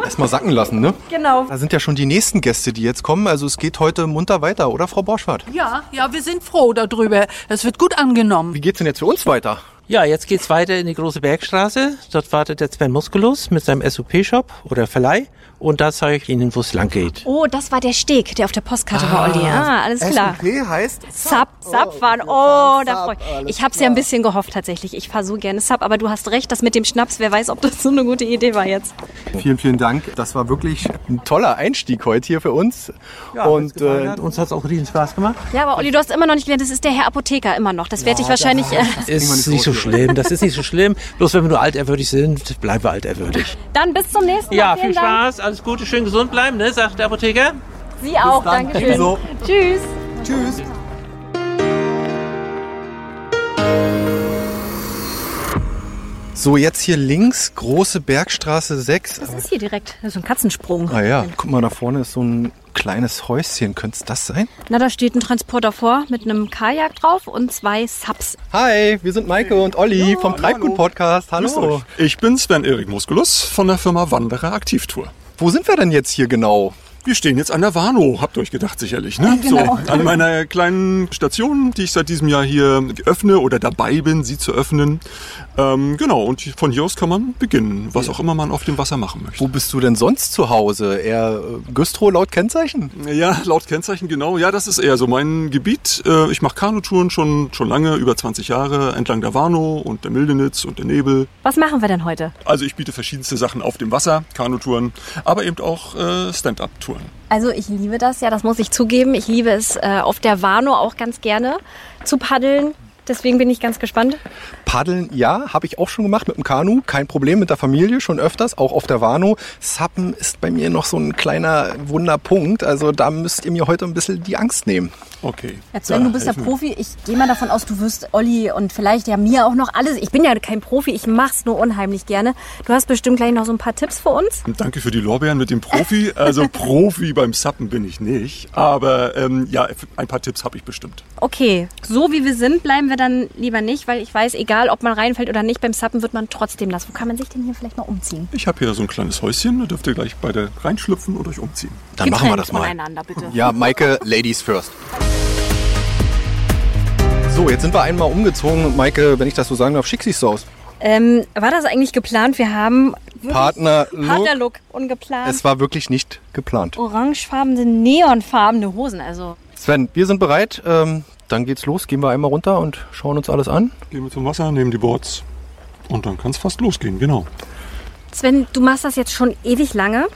Speaker 2: Erstmal sacken lassen, ne?
Speaker 1: Genau.
Speaker 2: Da sind ja schon die nächsten Gäste, die jetzt kommen. Also es geht heute munter weiter, oder Frau Borschwart?
Speaker 3: ja, ja, wir sind froh darüber. Es wird gut angenommen.
Speaker 2: Wie geht's denn jetzt für uns weiter?
Speaker 4: Ja, jetzt geht's weiter in die große Bergstraße. Dort wartet der Sven Musculus mit seinem SOP-Shop oder Verleih. Und da zeige ich Ihnen, wo es lang geht.
Speaker 1: Oh, das war der Steg, der auf der Postkarte war, Olli. Ah, alles klar.
Speaker 2: S&P heißt
Speaker 1: Sub, Sub waren. Oh, da freu ich. Ich habe es ja ein bisschen gehofft tatsächlich. Ich fahre so gerne Sub, aber du hast recht, das mit dem Schnaps, wer weiß, ob das so eine gute Idee war jetzt.
Speaker 2: Vielen, vielen Dank. Das war wirklich ein toller Einstieg heute hier für uns. und äh,
Speaker 4: uns hat's auch riesen Spaß gemacht.
Speaker 1: Ja, aber Olli, du hast immer noch nicht gelernt, das ist der Herr Apotheker immer noch. Das werde ich wahrscheinlich. Äh,
Speaker 4: Ist nicht so schlimm, das ist nicht so schlimm. Bloß wenn wir nur alterwürdig sind, bleiben wir alterwürdig.
Speaker 1: dann bis zum nächsten Mal.
Speaker 4: Ja,
Speaker 1: vielen
Speaker 4: viel
Speaker 1: Dank.
Speaker 4: Spaß, alles Gute, schön gesund bleiben, ne, sagt der Apotheker.
Speaker 1: Sie auch,
Speaker 2: dann.
Speaker 1: danke schön.
Speaker 2: Ebenso.
Speaker 1: Tschüss.
Speaker 2: tschüss. So, jetzt hier links, große Bergstraße 6.
Speaker 1: Das ist hier direkt so ein Katzensprung.
Speaker 2: Ah ja, guck mal, da vorne ist so ein kleines Häuschen. Könnte es das sein?
Speaker 1: Na, da steht ein Transporter vor mit einem Kajak drauf und zwei Subs.
Speaker 2: Hi, wir sind Maike und Olli vom Treibgut-Podcast. Hallo.
Speaker 5: Grüßt euch. Ich bin Sven Erik Musculus von der Firma Wanderer Aktivtour.
Speaker 2: Wo sind wir denn jetzt hier genau?
Speaker 5: Wir stehen jetzt an der Warnow, habt ihr euch gedacht sicherlich, ne? So, an meiner kleinen Station, die ich seit diesem Jahr hier öffne oder dabei bin, sie zu öffnen. Ähm, genau, und von hier aus kann man beginnen, was auch immer man auf dem Wasser machen möchte.
Speaker 2: Wo bist du denn sonst zu Hause? Eher äh, Güstrow laut Kennzeichen?
Speaker 5: Ja, laut Kennzeichen genau. Ja, das ist eher so mein Gebiet. Äh, Ich mache Kanutouren schon, schon lange, über 20 Jahre, entlang der Warnow und der Mildenitz und der Nebel.
Speaker 1: Was machen wir denn heute?
Speaker 5: Also ich biete verschiedenste Sachen auf dem Wasser, Kanutouren, aber eben auch äh, Stand-up-Touren.
Speaker 1: Also ich liebe das, ja, das muss ich zugeben. Ich liebe es äh, auf der Warnow auch ganz gerne zu paddeln. Deswegen bin ich ganz gespannt.
Speaker 2: Paddeln, ja, habe ich auch schon gemacht mit dem Kanu. Kein Problem mit der Familie, schon öfters, auch auf der Warnow. Sappen ist bei mir noch so ein kleiner Wunderpunkt. Also da müsst ihr mir heute ein bisschen die Angst nehmen.
Speaker 5: Okay.
Speaker 6: Jetzt, wenn
Speaker 5: Ja,
Speaker 6: du bist ja
Speaker 5: helfen wir.
Speaker 6: Profi, ich gehe mal davon aus, du wirst Olli und vielleicht ja mir auch noch alles. Ich bin ja kein Profi, ich mach's nur unheimlich gerne. Du hast bestimmt gleich noch so ein paar Tipps für uns.
Speaker 5: Und Danke für die Lorbeeren mit dem Profi. Also Profi beim Sappen bin ich nicht, aber ähm, ja, ein paar Tipps habe ich bestimmt.
Speaker 1: Okay, so wie wir sind, bleiben wir dann lieber nicht, weil ich weiß, egal ob man reinfällt oder nicht, beim Sappen wird man trotzdem nass. Wo kann man sich denn hier vielleicht mal umziehen?
Speaker 5: Ich habe hier so ein kleines Häuschen, da dürft ihr gleich beide reinschlüpfen und euch umziehen.
Speaker 2: Dann machen wir das mal.
Speaker 1: untereinander, bitte.
Speaker 2: Ja, Maike, Ladies first. So, jetzt sind wir einmal umgezogen und Maike, wenn ich das so sagen darf, schick siehst du aus.
Speaker 1: Ähm, war das eigentlich geplant? Wir haben wirklich
Speaker 2: Partner-Look.
Speaker 1: Partnerlook ungeplant.
Speaker 2: Es war wirklich nicht geplant.
Speaker 1: orangefarbene, neonfarbene Hosen. Also
Speaker 2: Sven, wir sind bereit. Ähm, dann geht's los. Gehen wir einmal runter und schauen uns alles an.
Speaker 5: Gehen wir zum Wasser, nehmen die Boards und dann kann es fast losgehen, genau.
Speaker 1: Sven, du machst das jetzt schon ewig lange.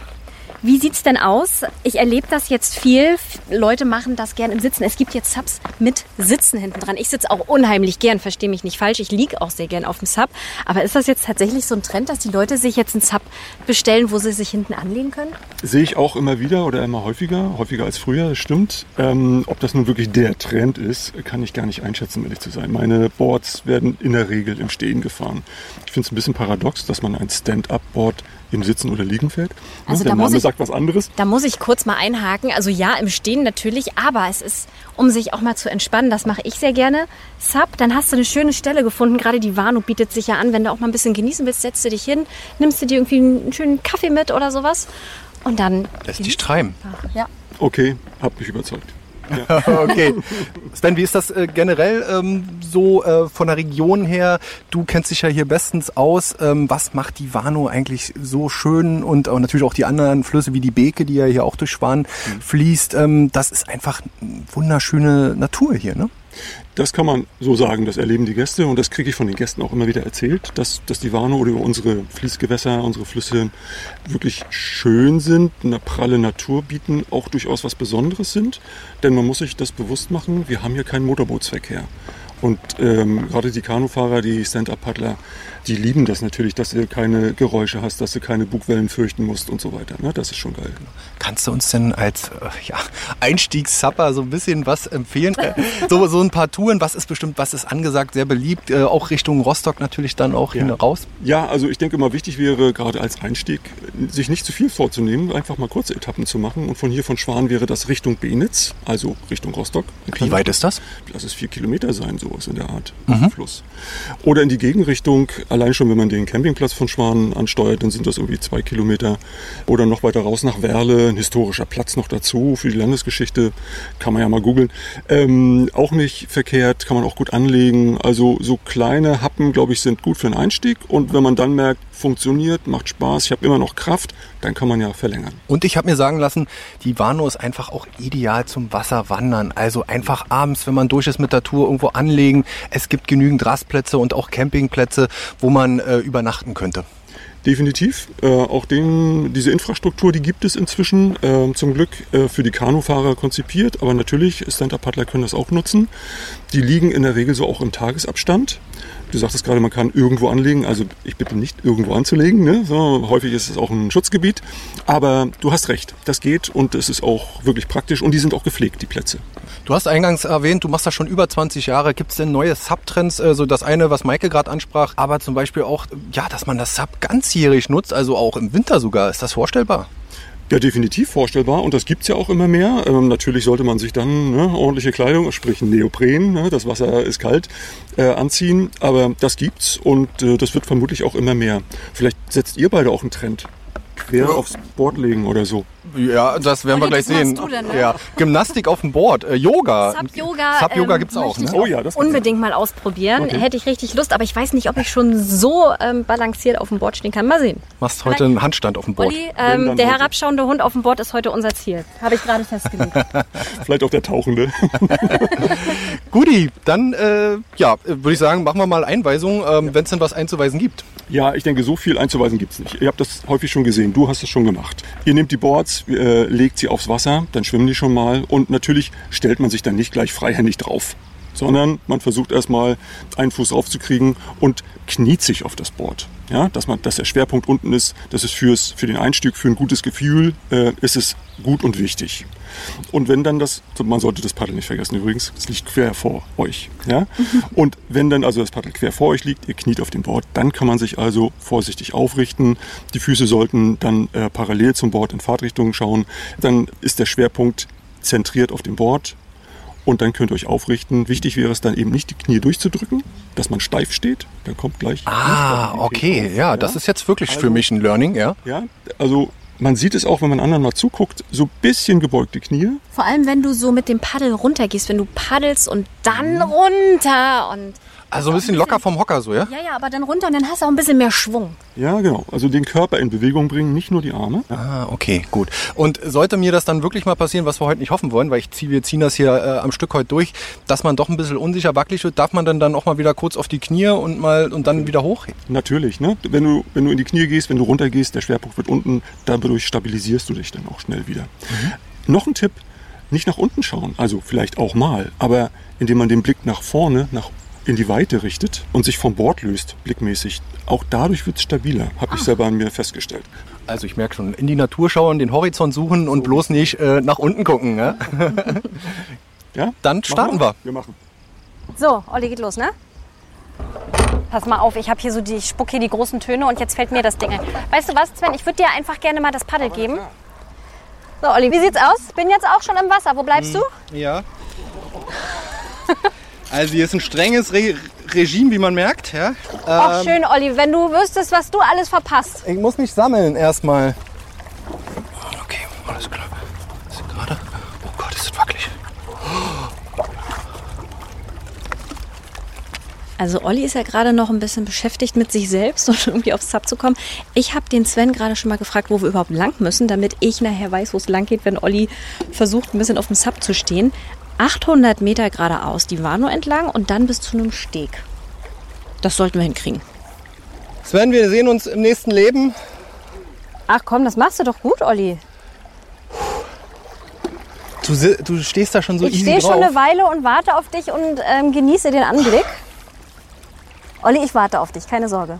Speaker 1: Wie sieht's denn aus? Ich erlebe das jetzt viel. F- Leute machen das gern im Sitzen. Es gibt jetzt Subs mit Sitzen hinten dran. Ich sitze auch unheimlich gern, verstehe mich nicht falsch. Ich liege auch sehr gern auf dem Sub. Aber ist das jetzt tatsächlich so ein Trend, dass die Leute sich jetzt einen Sub bestellen, wo sie sich hinten anlegen können?
Speaker 5: Sehe ich auch immer wieder oder immer häufiger, häufiger als früher, das stimmt. Ähm, ob das nun wirklich der Trend ist, kann ich gar nicht einschätzen, um ehrlich zu sein. Meine Boards werden in der Regel im Stehen gefahren. Ich finde es ein bisschen paradox, dass man ein Stand-Up-Board im Sitzen oder Liegen fährt. Ne,
Speaker 1: Also
Speaker 5: der
Speaker 1: da muss
Speaker 5: Name
Speaker 1: ich-
Speaker 5: sagt was anderes.
Speaker 1: Da muss ich kurz mal einhaken. Also ja, im Stehen natürlich, aber es ist, um sich auch mal zu entspannen, das mache ich sehr gerne. Sub, dann hast du eine schöne Stelle gefunden. Gerade die Warnow bietet sich ja an. Wenn du auch mal ein bisschen genießen willst, setzt du dich hin, nimmst du dir irgendwie einen schönen Kaffee mit oder sowas. Und dann.
Speaker 2: Lass dich treiben.
Speaker 1: Ja.
Speaker 5: Okay, hab mich überzeugt.
Speaker 2: Okay. Sven, wie ist das äh, generell ähm, so äh, von der Region her? Du kennst dich ja hier bestens aus. Ähm, was macht die Warnow eigentlich so schön und auch natürlich auch die anderen Flüsse wie die Beke, die ja hier auch durch Schwan fließt? Ähm, das ist einfach eine wunderschöne Natur hier, ne?
Speaker 5: Das kann man so sagen, das erleben die Gäste und das kriege ich von den Gästen auch immer wieder erzählt, dass, dass die Warnow oder unsere Fließgewässer, unsere Flüsse wirklich schön sind, eine pralle Natur bieten, auch durchaus was Besonderes sind. Denn man muss sich das bewusst machen, wir haben hier keinen Motorbootsverkehr. Und ähm, gerade die Kanufahrer, die Stand-Up-Paddler, die lieben das natürlich, dass du keine Geräusche hast, dass du keine Bugwellen fürchten musst und so weiter. Ne? Das ist schon geil.
Speaker 2: Kannst du uns denn als äh, ja, Einstiegssupper so ein bisschen was empfehlen? Äh, so, so ein paar Touren, was ist bestimmt, was ist angesagt, sehr beliebt, äh, auch Richtung Rostock natürlich dann auch hin raus.
Speaker 5: Ja, also ich denke mal, wichtig wäre gerade als Einstieg, sich nicht zu viel vorzunehmen, einfach mal kurze Etappen zu machen. Und von hier von Schwan wäre das Richtung Benitz, also Richtung Rostock.
Speaker 2: Wie weit ist das?
Speaker 5: Lass es vier Kilometer sein, sowas in der Art, am Fluss. Oder in die Gegenrichtung, allein schon, wenn man den Campingplatz von Schwan ansteuert, dann sind das irgendwie zwei Kilometer. Oder noch weiter raus nach Werle, ein historischer Platz noch dazu für die Landesgeschichte, kann man ja mal googeln. Ähm, auch nicht verkehrt, kann man auch gut anlegen. Also so kleine Happen, glaube ich, sind gut für einen Einstieg. Und wenn man dann merkt, funktioniert, macht Spaß, ich habe immer noch Kraft, dann kann man ja verlängern.
Speaker 2: Und ich habe mir sagen lassen, die Warnow ist einfach auch ideal zum Wasserwandern. Also einfach abends, wenn man durch ist mit der Tour, irgendwo anlegen. Es gibt genügend Rastplätze und auch Campingplätze, wo man äh, übernachten könnte.
Speaker 5: Definitiv. Äh, auch den, diese Infrastruktur, die gibt es inzwischen äh, zum Glück äh, für die Kanufahrer konzipiert, aber natürlich, Stand-Up-Paddler können das auch nutzen. Die liegen in der Regel so auch im Tagesabstand. Du sagtest gerade, man kann irgendwo anlegen, also ich bitte nicht irgendwo anzulegen. Ne? So, häufig ist es auch ein Schutzgebiet, aber du hast recht, das geht und es ist auch wirklich praktisch und die sind auch gepflegt, die Plätze.
Speaker 2: Du hast eingangs erwähnt, du machst das schon über 20 Jahre. Gibt es denn neue Subtrends? Also das eine, was Maike gerade ansprach, aber zum Beispiel auch, ja, dass man das Sub ganzjährig nutzt, also auch im Winter sogar. Ist das vorstellbar?
Speaker 5: Ja, definitiv vorstellbar und das gibt's ja auch immer mehr. Ähm, natürlich sollte man sich dann ne, ordentliche Kleidung, sprich Neopren, ne, das Wasser ist kalt, äh, anziehen, aber das gibt's und äh, das wird vermutlich auch immer mehr. Vielleicht setzt ihr beide auch einen Trend. Quer aufs Board legen oder so.
Speaker 2: Ja, das werden wir
Speaker 1: Olli,
Speaker 2: gleich
Speaker 1: das
Speaker 2: sehen.
Speaker 1: machst du denn, ne?
Speaker 2: ja. Gymnastik auf dem Board, äh, Yoga.
Speaker 1: Sub-Yoga,
Speaker 2: Sub-Yoga
Speaker 1: ähm,
Speaker 2: gibt's auch,
Speaker 1: möchte
Speaker 2: ne?
Speaker 1: ich
Speaker 5: Oh ja, das gibt's.
Speaker 1: unbedingt mal ausprobieren.
Speaker 5: Okay.
Speaker 1: Hätte ich richtig Lust, aber ich weiß nicht, ob ich schon so ähm, balanciert auf dem Board stehen kann. Mal sehen.
Speaker 2: Machst heute einen Handstand auf dem Board.
Speaker 1: Olli,
Speaker 5: Wenn,
Speaker 1: ähm,
Speaker 5: dann
Speaker 1: der
Speaker 5: heute.
Speaker 1: herabschauende Hund auf dem Board ist heute unser Ziel. Habe ich gerade festgelegt.
Speaker 5: Vielleicht auch der Tauchende.
Speaker 2: Guti, dann äh, ja, würde ich sagen, machen wir mal Einweisungen, ähm, wenn es denn was einzuweisen gibt.
Speaker 5: Ja, ich denke, so viel einzuweisen gibt's nicht. Ihr habt das häufig schon gesehen. Du hast es schon gemacht. Ihr nehmt die Boards, äh, legt sie aufs Wasser, dann schwimmen die schon mal. Und natürlich stellt man sich dann nicht gleich freihändig drauf, sondern man versucht erstmal einen Fuß draufzukriegen und kniet sich auf das Board. Ja, dass, man, dass der Schwerpunkt unten ist, das ist fürs, für den Einstieg, für ein gutes Gefühl, äh, ist es gut und wichtig. Und wenn dann das, man sollte das Paddel nicht vergessen übrigens, es liegt quer vor euch. Ja? Und wenn dann also das Paddel quer vor euch liegt, ihr kniet auf dem Board, dann kann man sich also vorsichtig aufrichten. Die Füße sollten dann äh, parallel zum Board in Fahrtrichtung schauen. Dann ist der Schwerpunkt zentriert auf dem Board Und dann könnt ihr euch aufrichten. Wichtig wäre es dann eben nicht, die Knie durchzudrücken, dass man steif steht. Dann kommt gleich.
Speaker 2: Ah, okay. Ja, Also das ist jetzt wirklich für mich ein Learning, ja.
Speaker 5: Ja, also man sieht es auch, wenn man anderen mal zuguckt, so ein bisschen gebeugte Knie.
Speaker 1: Vor allem, wenn du so mit dem Paddel runtergehst, wenn du paddelst und dann runter und.
Speaker 2: Also ein bisschen locker vom Hocker so, ja?
Speaker 1: Ja, ja, aber dann runter und dann hast du auch ein bisschen mehr Schwung.
Speaker 5: Ja, genau. Also den Körper in Bewegung bringen, nicht nur die Arme.
Speaker 2: Ah, okay, gut. Und sollte mir das dann wirklich mal passieren, was wir heute nicht hoffen wollen, weil ich ziehe, wir ziehen das hier äh, am Stück heute durch, dass man doch ein bisschen unsicher wackelig wird, darf man dann dann auch mal wieder kurz auf die Knie und mal und dann wieder hoch?
Speaker 5: Natürlich, ne? Wenn du, wenn du in die Knie gehst, wenn du runtergehst, der Schwerpunkt wird unten, dadurch stabilisierst du dich dann auch schnell wieder.
Speaker 2: Mhm.
Speaker 5: Noch ein Tipp, nicht nach unten schauen, also vielleicht auch mal, aber indem man den Blick nach vorne, nach in die Weite richtet und sich vom Bord löst, blickmäßig. Auch dadurch wird es stabiler, habe ich
Speaker 2: Ah.
Speaker 5: selber an mir festgestellt.
Speaker 2: Also ich merke schon, in die Natur schauen, den Horizont suchen und bloß nicht äh, nach unten gucken, ja?
Speaker 5: Ja?
Speaker 2: Dann
Speaker 5: Machen
Speaker 2: starten wir.
Speaker 5: wir. Wir machen.
Speaker 1: So, Olli geht los, ne? Pass mal auf, ich habe hier so die, ich spuck hier die großen Töne und jetzt fällt mir das Ding ein. Weißt du was, Sven? Ich würde dir einfach gerne mal das Paddel geben. So, Olli, wie sieht's aus? Bin jetzt auch schon im Wasser. Wo
Speaker 5: Mhm.
Speaker 1: bleibst du?
Speaker 2: Ja. Also hier ist ein strenges Re Regime, wie man merkt. Ja.
Speaker 5: Ähm.
Speaker 1: Ach schön, Olli, wenn du wüsstest, was du alles verpasst.
Speaker 2: Ich muss mich sammeln erstmal. Okay, alles klar. Ist das gerade. Oh Gott, ist das wackelig.
Speaker 7: Also Olli ist ja gerade noch ein bisschen beschäftigt mit sich selbst und irgendwie aufs Sub zu kommen. Ich habe den Sven gerade schon mal gefragt, wo wir überhaupt lang müssen, damit ich nachher weiß, wo es lang geht, wenn Olli versucht, ein bisschen auf dem Sub zu stehen. 800 Meter geradeaus, die Warnow entlang und dann bis zu einem Steg. Das sollten wir hinkriegen.
Speaker 2: Sven, wir sehen uns im nächsten Leben.
Speaker 1: Ach komm, das machst du doch gut, Olli.
Speaker 2: Du, si- du stehst da schon so
Speaker 1: Ich
Speaker 2: easy
Speaker 1: stehe
Speaker 2: drauf.
Speaker 1: schon eine Weile und warte auf dich und ähm, genieße den Anblick. Olli, ich warte auf dich, keine Sorge.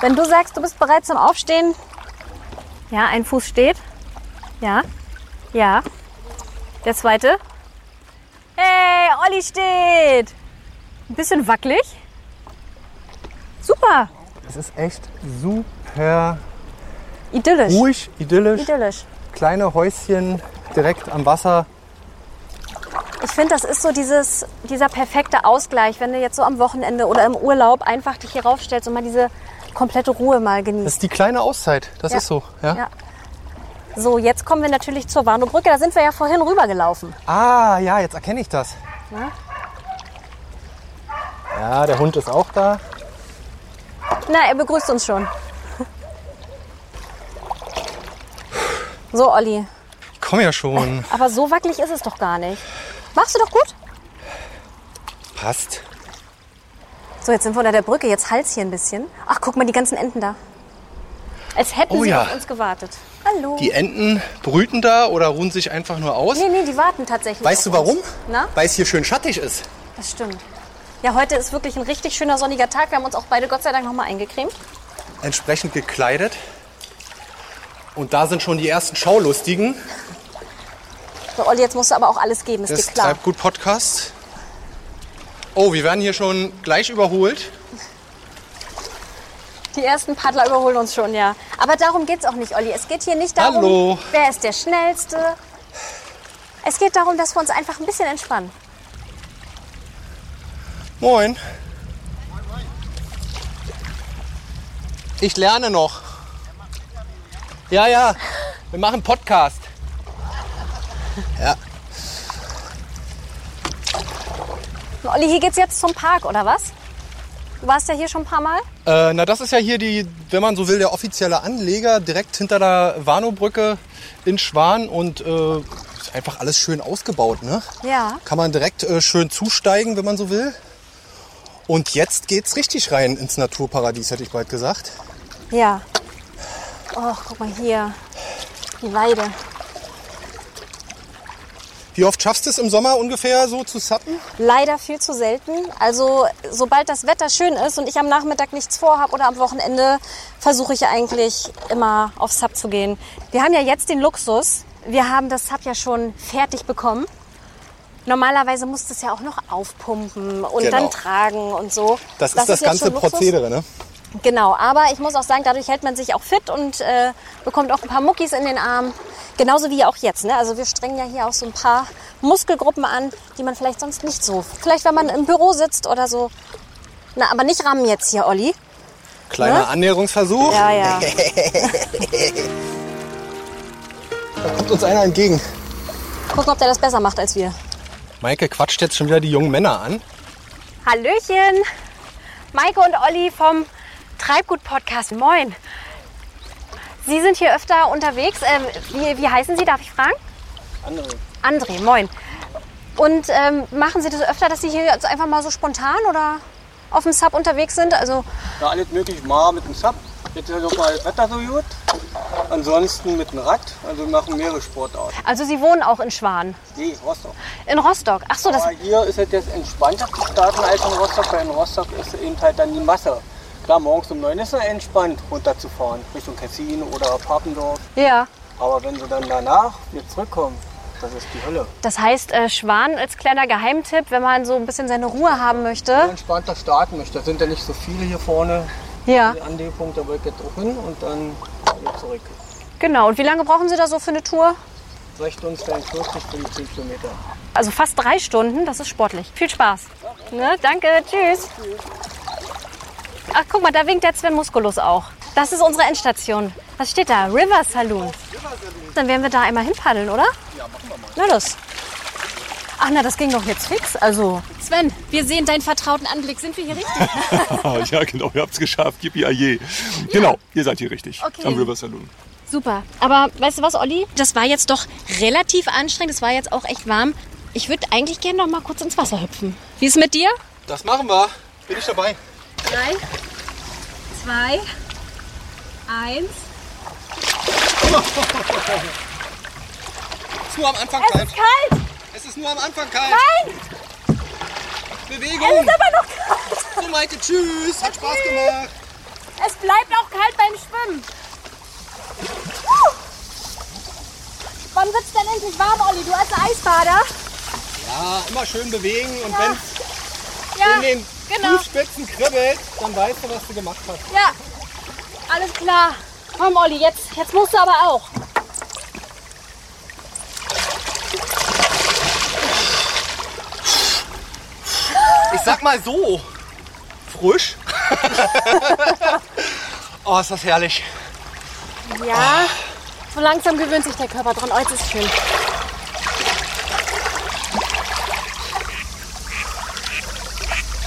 Speaker 1: Wenn du sagst, du bist bereit zum Aufstehen. Ja, ein Fuß steht. Ja. Ja. Der zweite. Hey, Olli steht. Ein bisschen wackelig. Super.
Speaker 2: es ist echt super
Speaker 1: Idyllisch.
Speaker 2: ruhig, idyllisch.
Speaker 1: Idyllisch.
Speaker 2: Kleine Häuschen direkt am Wasser.
Speaker 1: Ich finde, das ist so dieses, dieser perfekte Ausgleich, wenn du jetzt so am Wochenende oder im Urlaub einfach dich hier raufstellst und mal diese komplette Ruhe mal
Speaker 2: Das
Speaker 1: genießt.
Speaker 2: ist die kleine Auszeit. Das
Speaker 1: Ja.
Speaker 2: ist so. Ja?
Speaker 1: Ja. So, jetzt kommen wir natürlich zur Warnow-Brücke. Da sind wir ja vorhin rübergelaufen.
Speaker 2: Ah, ja, jetzt erkenne ich das.
Speaker 1: Na?
Speaker 2: Ja, der Hund ist auch da.
Speaker 1: Na, er begrüßt uns schon. So, Olli.
Speaker 2: Ich komme ja schon.
Speaker 1: Aber so wackelig ist es doch gar nicht. Machst du doch gut.
Speaker 2: Passt.
Speaker 1: So, jetzt sind wir unter der Brücke. Jetzt halt's hier ein bisschen. Ach, guck mal, die ganzen Enten da. Als hätten
Speaker 2: Oh
Speaker 1: sie
Speaker 2: ja.
Speaker 1: auf uns gewartet. Hallo.
Speaker 2: Die Enten brüten da oder ruhen sich einfach nur aus.
Speaker 1: Nee, nee, die warten tatsächlich.
Speaker 2: Weißt du
Speaker 1: auf
Speaker 2: warum?
Speaker 1: uns. Na?
Speaker 2: Weil es hier schön schattig ist.
Speaker 1: Das stimmt. Ja, heute ist wirklich ein richtig schöner sonniger Tag. Wir haben uns auch beide Gott sei Dank nochmal eingecremt.
Speaker 2: Entsprechend gekleidet. Und da sind schon die ersten Schaulustigen.
Speaker 1: So, Olli, jetzt musst du aber auch alles geben, ist
Speaker 2: Das
Speaker 1: dir klar.
Speaker 2: treibt gut Podcast. Oh, wir werden hier schon gleich überholt.
Speaker 1: Die ersten Paddler überholen uns schon, ja. Aber darum geht's auch nicht, Olli. Es geht hier nicht darum,
Speaker 2: Hallo.
Speaker 1: wer ist der Schnellste. Es geht darum, dass wir uns einfach ein bisschen entspannen.
Speaker 2: Moin. Ich lerne noch. Ja, ja. Wir machen Podcast. Ja.
Speaker 1: Und Olli, hier geht's jetzt zum Park, oder was? Du warst ja hier schon ein paar Mal.
Speaker 2: Äh, na, das ist ja hier die, wenn man so will, der offizielle Anleger direkt hinter der Warnow-Brücke in Schwan und äh, ist einfach alles schön ausgebaut, ne?
Speaker 1: Ja.
Speaker 2: Kann man direkt äh, schön zusteigen, wenn man so will. Und jetzt geht's richtig rein ins Naturparadies, hätte ich bald gesagt.
Speaker 1: Ja. Oh, guck mal hier. Die Weide.
Speaker 2: Wie oft schaffst du es im Sommer ungefähr so zu sappen?
Speaker 1: Leider viel zu selten. Also sobald das Wetter schön ist und ich am Nachmittag nichts vorhab oder am Wochenende, versuche ich eigentlich immer aufs Sub zu gehen. Wir haben ja jetzt den Luxus. Wir haben das Sub ja schon fertig bekommen. Normalerweise musst du es ja auch noch aufpumpen und
Speaker 2: Genau.
Speaker 1: dann tragen und so.
Speaker 2: Das, ist das
Speaker 1: jetzt
Speaker 2: ganze
Speaker 1: schon Luxus.
Speaker 2: Prozedere, ne?
Speaker 1: Genau, aber ich muss auch sagen, dadurch hält man sich auch fit und äh, bekommt auch ein paar Muckis in den Arm. Genauso wie auch jetzt. Ne? Also wir strengen ja hier auch so ein paar Muskelgruppen an, die man vielleicht sonst nicht so. Vielleicht wenn man im Büro sitzt oder so. Na, aber nicht rammen jetzt hier, Olli.
Speaker 2: Kleiner Annäherungsversuch.
Speaker 1: Ne? Ja, ja.
Speaker 2: Da kommt uns einer entgegen.
Speaker 1: Gucken, ob der das besser macht als wir.
Speaker 2: Maike quatscht jetzt schon wieder die jungen Männer an.
Speaker 1: Hallöchen! Maike und Olli vom Treibgut-Podcast. Moin! Sie sind hier öfter unterwegs. Ähm, wie, wie heißen Sie, darf ich fragen? André. André, moin. Und ähm, machen Sie das öfter, dass Sie hier jetzt einfach mal so spontan oder auf dem Sub unterwegs sind? Also,
Speaker 8: Ja, alles möglich mal mit dem Sub. Jetzt ist ja doch mal das Wetter so gut. Ansonsten mit dem Rad. Also wir machen mehrere Sportarten.
Speaker 1: also Sie wohnen auch in Schwan,
Speaker 8: Nee, Rostock.
Speaker 1: in Rostock. Ach so, das,
Speaker 8: Aber hier ist es jetzt entspannter zu starten als in Rostock, weil in Rostock ist eben halt dann die Masse. Klar, morgens um 9 ist es entspannt runterzufahren, Richtung Kessin oder Papendorf.
Speaker 1: ja.
Speaker 8: Aber wenn sie dann danach wieder zurückkommen, das ist die Hölle.
Speaker 1: das heißt, äh, Schwan als kleiner Geheimtipp, wenn man so ein bisschen seine Ruhe haben
Speaker 8: Wenn man
Speaker 1: möchte.
Speaker 8: entspannter starten möchte, da sind ja nicht so viele hier vorne.
Speaker 1: Ja,
Speaker 8: An dem Punkt, da wollte ich jetzt auch hin und dann wieder zurück.
Speaker 1: genau. Und wie lange brauchen Sie da so für eine Tour?
Speaker 8: 6 Stunden 42, 15 Kilometer.
Speaker 1: Also fast drei Stunden, das ist sportlich. Viel Spaß. Ne? Danke, tschüss. Ach, guck mal, da winkt der Sven Musculus auch. Das ist unsere Endstation. Was steht da? River Saloon. Dann werden wir da einmal hinpaddeln, oder? Ja, machen wir mal. Na los. Ach na, das ging doch jetzt fix. Also,
Speaker 9: Sven, wir sehen deinen vertrauten Anblick. Sind wir hier richtig?
Speaker 5: Ah, ja, genau, ihr habt's geschafft. Yippie, aye. Genau, ihr seid hier richtig.
Speaker 9: Okay.
Speaker 5: Am River Saloon.
Speaker 9: Super. Aber weißt du was, Olli? Das war jetzt doch relativ anstrengend. Es war jetzt auch echt warm. Ich würde eigentlich gerne noch mal kurz ins Wasser hüpfen. Wie ist mit dir?
Speaker 2: Das machen wir. Bin ich dabei.
Speaker 9: Drei, zwei, eins.
Speaker 2: Es ist nur am Anfang kalt.
Speaker 1: kalt!
Speaker 2: Es ist nur am Anfang kalt. Nein! Bewegung! Es ist aber noch kalt. So, Maike, tschüss. Hat Spaß gemacht.
Speaker 1: Es bleibt auch kalt beim Schwimmen. Wann wird's denn endlich warm, Olli? Du als Eisbader?
Speaker 2: Ja, immer schön bewegen und wenn
Speaker 1: Ja,
Speaker 2: in den
Speaker 1: genau.
Speaker 2: Fußspitzen kribbelt, dann weißt du, was du gemacht hast.
Speaker 1: Ja, alles klar. Komm, Olli, jetzt, jetzt musst du aber auch.
Speaker 2: Ich sag mal so, frisch. oh, ist das herrlich.
Speaker 1: Ja, so langsam gewöhnt sich der Körper dran. Oh, jetzt ist schön.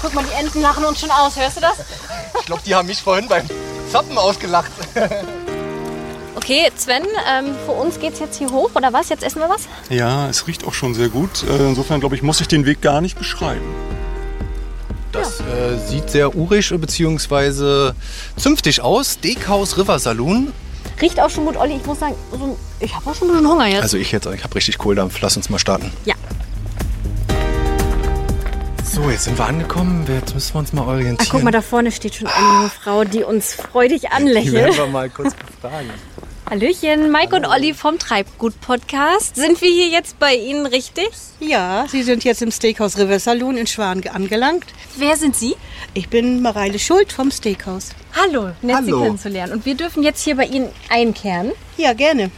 Speaker 1: Guck mal, die Enten lachen uns schon aus. Hörst du das?
Speaker 2: Ich glaube, die haben mich vorhin beim Zappen ausgelacht.
Speaker 9: Okay, Sven, ähm,
Speaker 1: Für uns geht's jetzt hier hoch, oder was? Jetzt essen wir was?
Speaker 5: Ja, es riecht auch schon sehr gut. Äh, Insofern, glaube ich, muss ich den Weg gar nicht beschreiben.
Speaker 2: Das äh, sieht sehr urig bzw. zünftig aus. Steakhouse River Saloon.
Speaker 1: Riecht auch schon gut, Olli. Ich muss sagen, so ein- ich habe auch schon ein bisschen Hunger jetzt.
Speaker 2: Also ich jetzt, ich habe richtig Kohldampf. Lass uns mal starten.
Speaker 9: Ja.
Speaker 2: So, jetzt sind wir angekommen. Jetzt müssen wir uns mal orientieren.
Speaker 9: ach, Ah, guck mal, da vorne steht schon eine junge Frau, die uns freudig
Speaker 2: Die
Speaker 9: anlächelt.
Speaker 2: werden wir mal kurz befragen.
Speaker 9: Hallöchen, Mike und Olli vom Treibgut-Podcast. Sind wir hier jetzt bei Ihnen richtig?
Speaker 10: Ja, Sie sind jetzt im Steakhouse River Saloon in Schwan angelangt.
Speaker 9: Wer sind Sie?
Speaker 10: Ich bin Mareile Schuld vom Steakhouse.
Speaker 9: Hallo, nett Sie
Speaker 2: Hallo.
Speaker 9: kennenzulernen. Und wir dürfen jetzt hier bei Ihnen einkehren.
Speaker 10: Ja, gerne.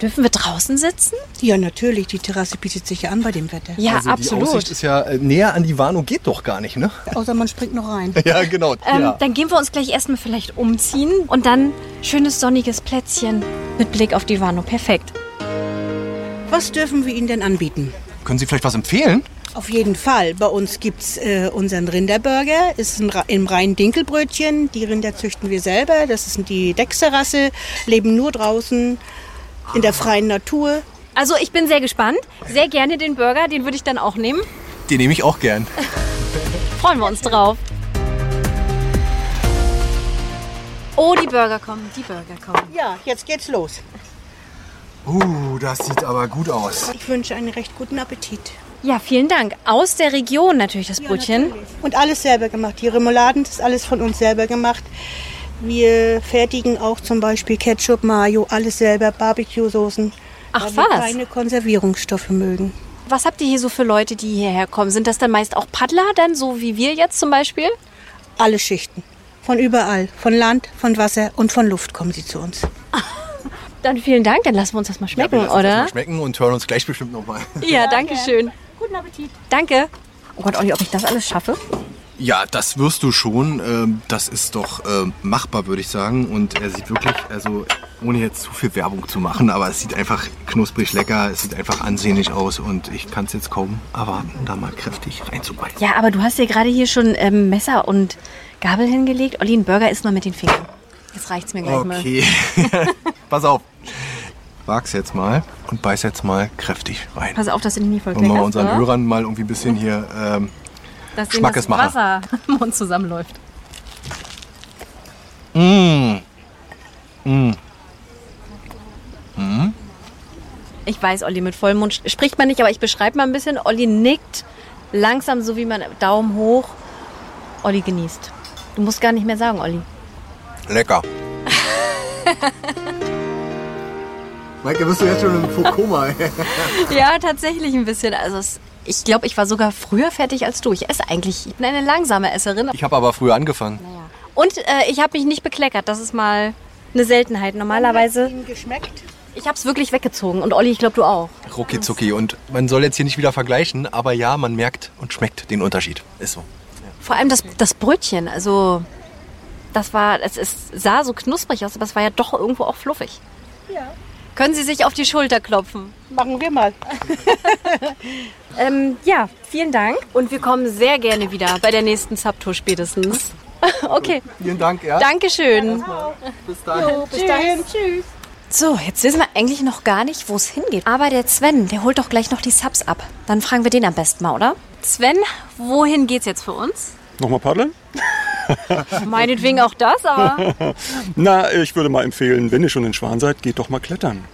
Speaker 9: Dürfen wir draußen sitzen?
Speaker 10: Ja, natürlich, die Terrasse bietet sich ja an bei dem Wetter.
Speaker 9: Ja,
Speaker 2: Also Die
Speaker 9: absolut.
Speaker 2: Aussicht ist ja äh, näher an die Warnow geht doch gar nicht, ne?
Speaker 10: Außer man springt noch rein.
Speaker 2: Ja, genau.
Speaker 9: Ähm,
Speaker 2: ja.
Speaker 9: Dann gehen wir uns gleich erstmal vielleicht umziehen und dann schönes sonniges Plätzchen mit Blick auf die Warnow. Perfekt.
Speaker 10: Was dürfen wir Ihnen denn anbieten?
Speaker 2: Können Sie vielleicht was empfehlen?
Speaker 10: Auf jeden Fall. Bei uns gibt es äh, unseren Rinderburger. Ist ein, Ra- im reinen Dinkelbrötchen. Die Rinder züchten wir selber. Das ist die Dexterrasse. Leben nur draußen in der freien Natur.
Speaker 9: Also ich bin sehr gespannt. Sehr gerne den Burger, den würde ich dann auch nehmen.
Speaker 2: Die nehme ich auch gern.
Speaker 9: Freuen wir uns drauf. Oh, die Burger kommen, die Burger kommen.
Speaker 10: Ja, jetzt geht's los.
Speaker 9: Äh.
Speaker 2: Uh, das sieht aber gut aus.
Speaker 10: Ich wünsche einen recht guten Appetit.
Speaker 9: Ja, vielen Dank. Aus der Region natürlich das Brötchen.
Speaker 10: Und alles selber gemacht. Die Remouladen, das ist alles von uns selber gemacht. Wir fertigen auch zum Beispiel Ketchup, Mayo, alles selber, Barbecue-Soßen.
Speaker 9: Ach,
Speaker 10: weil
Speaker 9: was?
Speaker 10: Wir keine Konservierungsstoffe mögen.
Speaker 9: Was habt ihr hier so für Leute, die hierher kommen? Sind das dann meist auch Paddler, dann so wie wir jetzt zum Beispiel?
Speaker 10: Alle Schichten. Von überall. Von Land, von Wasser und von Luft kommen sie zu uns.
Speaker 1: Dann vielen Dank, dann lassen wir uns das mal schmecken,
Speaker 2: wir lassen Das
Speaker 1: oder?
Speaker 2: mal schmecken und hören uns gleich bestimmt nochmal.
Speaker 1: Ja, danke schön.
Speaker 11: Guten Appetit.
Speaker 1: Danke. Oh Gott, Olli, ob ich das alles schaffe?
Speaker 2: Ja, das wirst du schon. Ähm, Das ist doch ähm, machbar, würde ich sagen. Und er sieht wirklich, also ohne jetzt zu viel Werbung zu machen, aber es sieht einfach knusprig lecker, es sieht einfach ansehnlich aus und ich kann es jetzt kaum erwarten, da mal kräftig reinzubeißen.
Speaker 1: Ja, aber du hast dir gerade hier schon ähm, Messer und Gabel hingelegt. Olli, ein Burger isst nur mit den Fingern. Jetzt reicht's mir gleich mal.
Speaker 2: Okay, pass auf. Wag's jetzt mal und beiß jetzt mal kräftig rein.
Speaker 1: Pass auf, dass du dich nicht voll
Speaker 2: Wollen wir mal
Speaker 1: kleckerst,
Speaker 2: unseren
Speaker 1: oder?
Speaker 2: Hörern mal irgendwie ein bisschen hier... Ähm,
Speaker 1: Dass denen
Speaker 2: Schmackes
Speaker 1: das
Speaker 2: machen.
Speaker 1: Wasser im Mund zusammenläuft.
Speaker 2: Mm. Mm.
Speaker 1: Ich weiß, Olli, mit vollem Mund spricht man nicht, aber ich beschreibe mal ein bisschen. Olli nickt langsam, so wie man Daumen hoch. Olli genießt. Du musst gar nicht mehr sagen, Olli.
Speaker 2: Lecker. Maike, bist du jetzt schon im Koma?
Speaker 1: Ja, tatsächlich ein bisschen. Also es, ich glaube, ich war sogar früher fertig als du. Ich esse eigentlich, ich bin eine langsame Esserin.
Speaker 2: Ich habe aber früher angefangen.
Speaker 1: Und äh, ich habe mich nicht bekleckert. Das ist mal eine Seltenheit. Normalerweise,
Speaker 10: Ihnen geschmeckt?
Speaker 1: ich habe es wirklich weggezogen. Und Olli, ich glaube, du auch.
Speaker 2: Rucki zucki. Und man soll jetzt hier nicht wieder vergleichen, aber ja, man merkt und schmeckt den Unterschied. Ist so.
Speaker 1: Vor allem das, das Brötchen. Also das war, es, es sah so knusprig aus, aber es war ja doch irgendwo auch fluffig.
Speaker 10: Ja.
Speaker 1: Können Sie sich auf die Schulter klopfen?
Speaker 10: Machen wir mal.
Speaker 1: Ähm, ja, vielen Dank. Und wir kommen sehr gerne wieder bei der nächsten Subtour spätestens. Okay,
Speaker 2: Vielen Dank, ja.
Speaker 1: Dankeschön.
Speaker 2: Bis dann.
Speaker 10: Bis dahin.
Speaker 1: So, jetzt wissen wir eigentlich noch gar nicht, wo es hingeht. Aber der Sven, der holt doch gleich noch die Subs ab. Dann fragen wir den am besten mal, oder? Sven, wohin geht's jetzt für uns?
Speaker 5: Nochmal paddeln?
Speaker 1: Meinetwegen auch das, aber
Speaker 5: Na, ich würde mal empfehlen, wenn ihr schon in Schwan seid, geht doch mal klettern.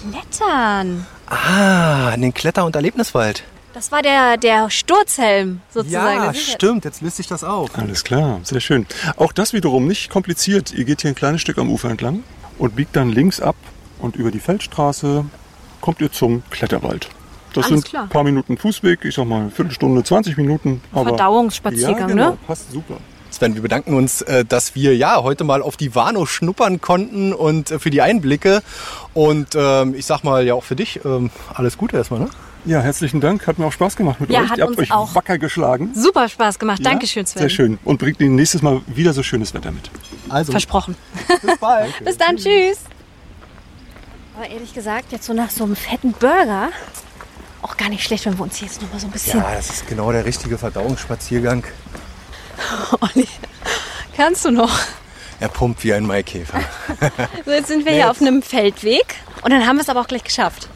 Speaker 1: klettern.
Speaker 2: Ah, in den Kletter- und Erlebniswald.
Speaker 1: Das war der, der Sturzhelm sozusagen.
Speaker 2: Ja,
Speaker 1: Das ist
Speaker 2: stimmt. Jetzt löst sich das auf.
Speaker 5: Alles klar, sehr schön. Auch das wiederum nicht kompliziert. Ihr geht hier ein kleines Stück am Ufer entlang und biegt dann links ab und über die Feldstraße kommt ihr zum Kletterwald. Das
Speaker 1: Alles
Speaker 5: sind
Speaker 1: klar.
Speaker 5: ein paar Minuten Fußweg, ich sag mal eine Viertelstunde, 20 Minuten. Aber
Speaker 1: Verdauungsspaziergang,
Speaker 5: ja, genau,
Speaker 1: ne?
Speaker 5: passt super.
Speaker 2: Sven, wir bedanken uns, äh, dass wir ja heute mal auf die Warnow schnuppern konnten und äh, für die Einblicke. Und ähm, ich sag mal ja auch für dich, ähm, alles Gute erstmal, ne?
Speaker 5: Ja, herzlichen Dank, hat mir auch Spaß gemacht mit
Speaker 1: Ja,
Speaker 5: euch.
Speaker 1: hat
Speaker 5: Ihr habt
Speaker 1: uns
Speaker 5: euch
Speaker 1: auch.
Speaker 5: wacker geschlagen.
Speaker 1: Super Spaß gemacht. Dankeschön,
Speaker 5: ja,
Speaker 1: Sven.
Speaker 5: Sehr schön und bringt Ihnen nächstes Mal wieder so schönes Wetter mit.
Speaker 2: Also,
Speaker 1: Versprochen.
Speaker 2: bis bald.
Speaker 1: Bis dann, tschüss.
Speaker 11: Aber ehrlich gesagt, jetzt so nach so einem fetten Burger, auch gar nicht schlecht, wenn wir uns hier jetzt noch mal so ein bisschen...
Speaker 2: Ja, das ist genau der richtige Verdauungsspaziergang.
Speaker 1: Olli, kannst du noch?
Speaker 2: Er pumpt wie ein Maikäfer.
Speaker 1: So, jetzt sind wir hier auf einem Feldweg und dann haben wir es aber auch gleich geschafft.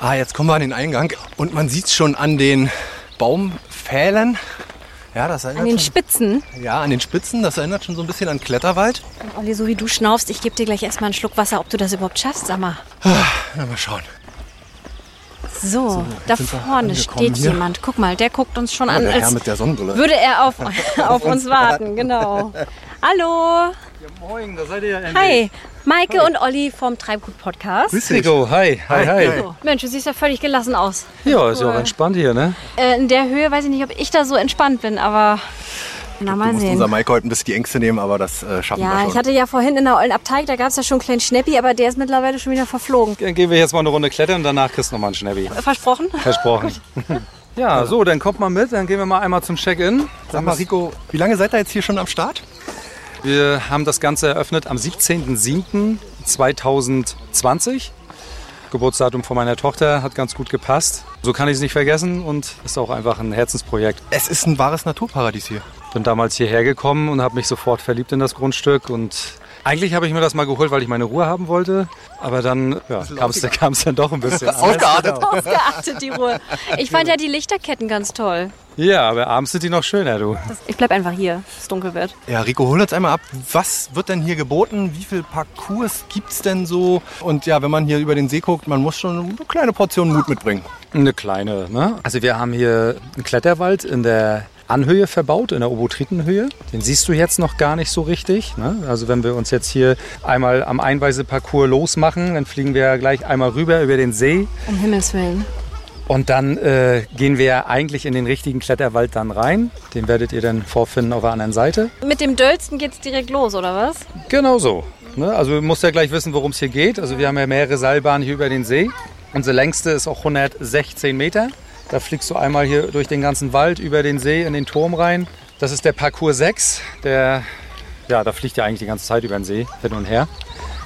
Speaker 2: Ah, jetzt kommen wir an den Eingang und man sieht schon an den Baumpfählen. Ja, das erinnert
Speaker 1: An den
Speaker 2: schon,
Speaker 1: Spitzen.
Speaker 2: ja, an den Spitzen, das erinnert schon so ein bisschen an Kletterwald.
Speaker 1: Olli, so wie du schnaufst, ich gebe dir gleich erstmal einen Schluck Wasser, ob du das überhaupt schaffst, sag mal.
Speaker 2: Na, mal schauen.
Speaker 1: So, da
Speaker 2: sind wir
Speaker 1: vorne
Speaker 2: angekommen
Speaker 1: steht
Speaker 2: hier.
Speaker 1: jemand. Guck mal, der guckt uns schon an,
Speaker 2: der Herr
Speaker 1: als
Speaker 2: mit der Sonnenbrille.
Speaker 1: würde er auf, auf uns warten. Genau. Hallo.
Speaker 12: Moin, da seid ihr ja endlich.
Speaker 1: Hi. Maike und Olli vom Treibgut-Podcast.
Speaker 12: Grüß dich. Rico, hi, hi, hi.
Speaker 1: So. Mensch, du siehst ja völlig gelassen aus.
Speaker 12: Ja, ist ja auch entspannt hier, ne?
Speaker 1: Äh, in der Höhe weiß ich nicht, ob ich da so entspannt bin, aber na
Speaker 2: Du
Speaker 1: mal
Speaker 2: musst
Speaker 1: sehen.
Speaker 2: unser Mike heute ein bisschen die Ängste nehmen, aber das äh, schaffen wir
Speaker 1: Ja,
Speaker 2: schon.
Speaker 1: ich hatte ja vorhin in der ollen Abteig, da gab es ja schon einen kleinen Schnäppi, aber der ist mittlerweile schon wieder verflogen.
Speaker 12: Dann gehen wir jetzt mal eine Runde klettern, danach kriegst du nochmal einen Schnäppi.
Speaker 1: Versprochen?
Speaker 12: Versprochen. Ja, so, dann kommt mal mit, dann gehen wir mal einmal zum Check-in.
Speaker 2: Sag mal, Rico, wie lange seid ihr jetzt hier schon am Start?
Speaker 12: Wir haben das Ganze eröffnet am 17.07.2020. Geburtsdatum von meiner Tochter hat ganz gut gepasst. So kann ich es nicht vergessen und ist auch einfach ein Herzensprojekt.
Speaker 2: Es ist ein wahres Naturparadies hier.
Speaker 12: Bin damals hierher gekommen und habe mich sofort verliebt in das Grundstück und eigentlich habe ich mir das mal geholt, weil ich meine Ruhe haben wollte, aber dann ja, kam es dann doch ein bisschen anders.
Speaker 2: Ausgeartet.
Speaker 1: Ausgeachtet, die Ruhe. Ich fand ja die Lichterketten ganz toll.
Speaker 12: Ja, aber abends sind die noch schöner, du.
Speaker 1: Ich bleib einfach hier, bis es dunkel wird.
Speaker 2: Ja, Rico, hol uns einmal ab. Was wird denn hier geboten? Wie viel Parcours gibt's denn so? Und ja, wenn man hier über den See guckt, man muss schon eine kleine Portion Mut mitbringen.
Speaker 12: Eine kleine, ne? Also wir haben hier einen Kletterwald in der Anhöhe verbaut, in der Obotritenhöhe. Den siehst du jetzt noch gar nicht so richtig. Ne? Also wenn wir uns jetzt hier einmal am Einweiseparcours losmachen, dann fliegen wir ja gleich einmal rüber über den See.
Speaker 1: Um Himmels Willen.
Speaker 12: Und dann äh, gehen wir ja eigentlich in den richtigen Kletterwald dann rein. Den werdet ihr dann vorfinden auf der anderen Seite.
Speaker 1: Mit dem Dölsten geht's direkt los, oder was?
Speaker 12: Genau so. Ne? Also du musst ja gleich wissen, worum es hier geht. Also wir haben ja mehrere Seilbahnen hier über den See. Unsere längste ist auch 116 Meter. Da fliegst du einmal hier durch den ganzen Wald, über den See, in den Turm rein. Das ist der Parcours 6. Der, ja, da fliegt ja eigentlich die ganze Zeit über den See hin und her.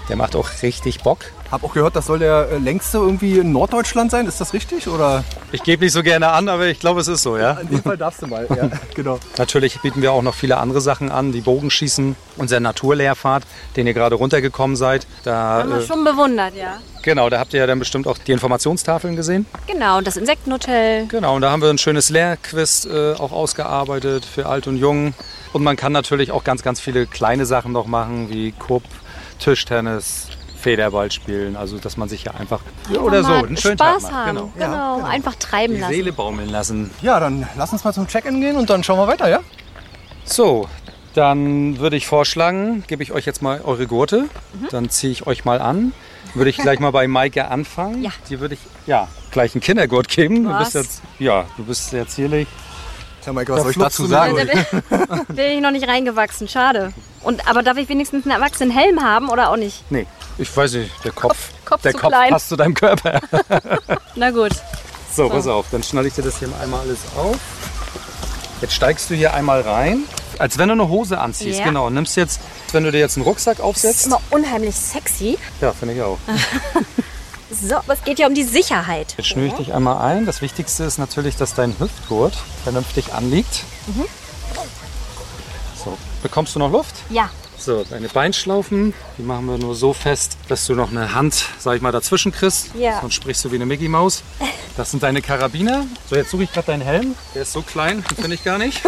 Speaker 12: Der macht auch richtig Bock.
Speaker 2: Hab auch gehört, das soll der äh, längste irgendwie in Norddeutschland sein. Ist das richtig? Oder?
Speaker 12: Ich gebe nicht so gerne an, aber ich glaube, es ist so, ja.
Speaker 2: In dem Fall darfst du mal. Ja, genau.
Speaker 12: Natürlich bieten wir auch noch viele andere Sachen an, wie Bogenschießen, unser Naturlehrfahrt, den ihr gerade runtergekommen seid. Da,
Speaker 1: Haben wir
Speaker 12: äh,
Speaker 1: schon bewundert, ja.
Speaker 12: genau, da habt ihr ja dann bestimmt auch die Informationstafeln gesehen.
Speaker 1: Genau, und das Insektenhotel.
Speaker 12: Genau, und da haben wir ein schönes Lehrquiz äh, auch ausgearbeitet für Alt und Jung. Und man kann natürlich auch ganz, ganz viele kleine Sachen noch machen, wie Kupp, Tischtennis, Federball spielen. Also, dass man sich hier einfach ja, oder so
Speaker 1: Mal
Speaker 12: einen schönen
Speaker 1: Spaß
Speaker 12: Tag macht.
Speaker 1: haben.
Speaker 12: Genau.
Speaker 1: Genau. einfach treiben
Speaker 12: Die
Speaker 1: lassen.
Speaker 12: Seele baumeln lassen.
Speaker 2: Ja, dann lass uns mal zum Check-in gehen und dann schauen wir weiter, ja?
Speaker 12: So, dann würde ich vorschlagen, gebe ich euch jetzt mal eure Gurte. Dann ziehe ich euch mal an. Würde ich gleich mal bei Maike anfangen.
Speaker 1: Hm? Ja.
Speaker 12: Die würde ich ja gleich einen Kindergurt geben. Du
Speaker 1: Was?
Speaker 12: bist jetzt ja, du bist jetzt hierlich.
Speaker 2: Tja, Maike, was soll ich
Speaker 12: flupst
Speaker 2: dazu
Speaker 12: du
Speaker 2: sagen?
Speaker 1: Da bin, bin ich noch nicht reingewachsen, schade. Und, aber darf ich wenigstens einen erwachsenen Helm haben oder auch nicht?
Speaker 12: Nee, ich weiß nicht, der Kopf.
Speaker 1: Kopf
Speaker 12: der
Speaker 1: zu
Speaker 12: Kopf
Speaker 1: klein.
Speaker 12: passt zu deinem Körper.
Speaker 1: Na gut.
Speaker 12: So, pass
Speaker 2: Also-
Speaker 12: auf, dann schnalle ich dir das hier mal einmal alles auf. Jetzt steigst du hier einmal rein. Als wenn du eine Hose anziehst,
Speaker 1: Ja.
Speaker 12: genau. Nimmst jetzt, wenn du dir jetzt einen Rucksack aufsetzt.
Speaker 1: Immer unheimlich sexy.
Speaker 12: Ja, finde ich auch.
Speaker 1: So, aber es geht ja um die Sicherheit.
Speaker 12: Jetzt schnüre ich dich einmal ein. Das Wichtigste ist natürlich, dass dein Hüftgurt vernünftig anliegt. So, bekommst du noch Luft?
Speaker 1: Ja.
Speaker 12: So, deine Beinschlaufen, die machen wir nur so fest, dass du noch eine Hand, sag ich mal, dazwischen kriegst.
Speaker 1: Ja.
Speaker 12: Sonst sprichst du wie eine Mickey Maus. Das sind deine Karabiner. So, jetzt suche ich gerade deinen Helm. Der ist so klein, den finde ich gar nicht.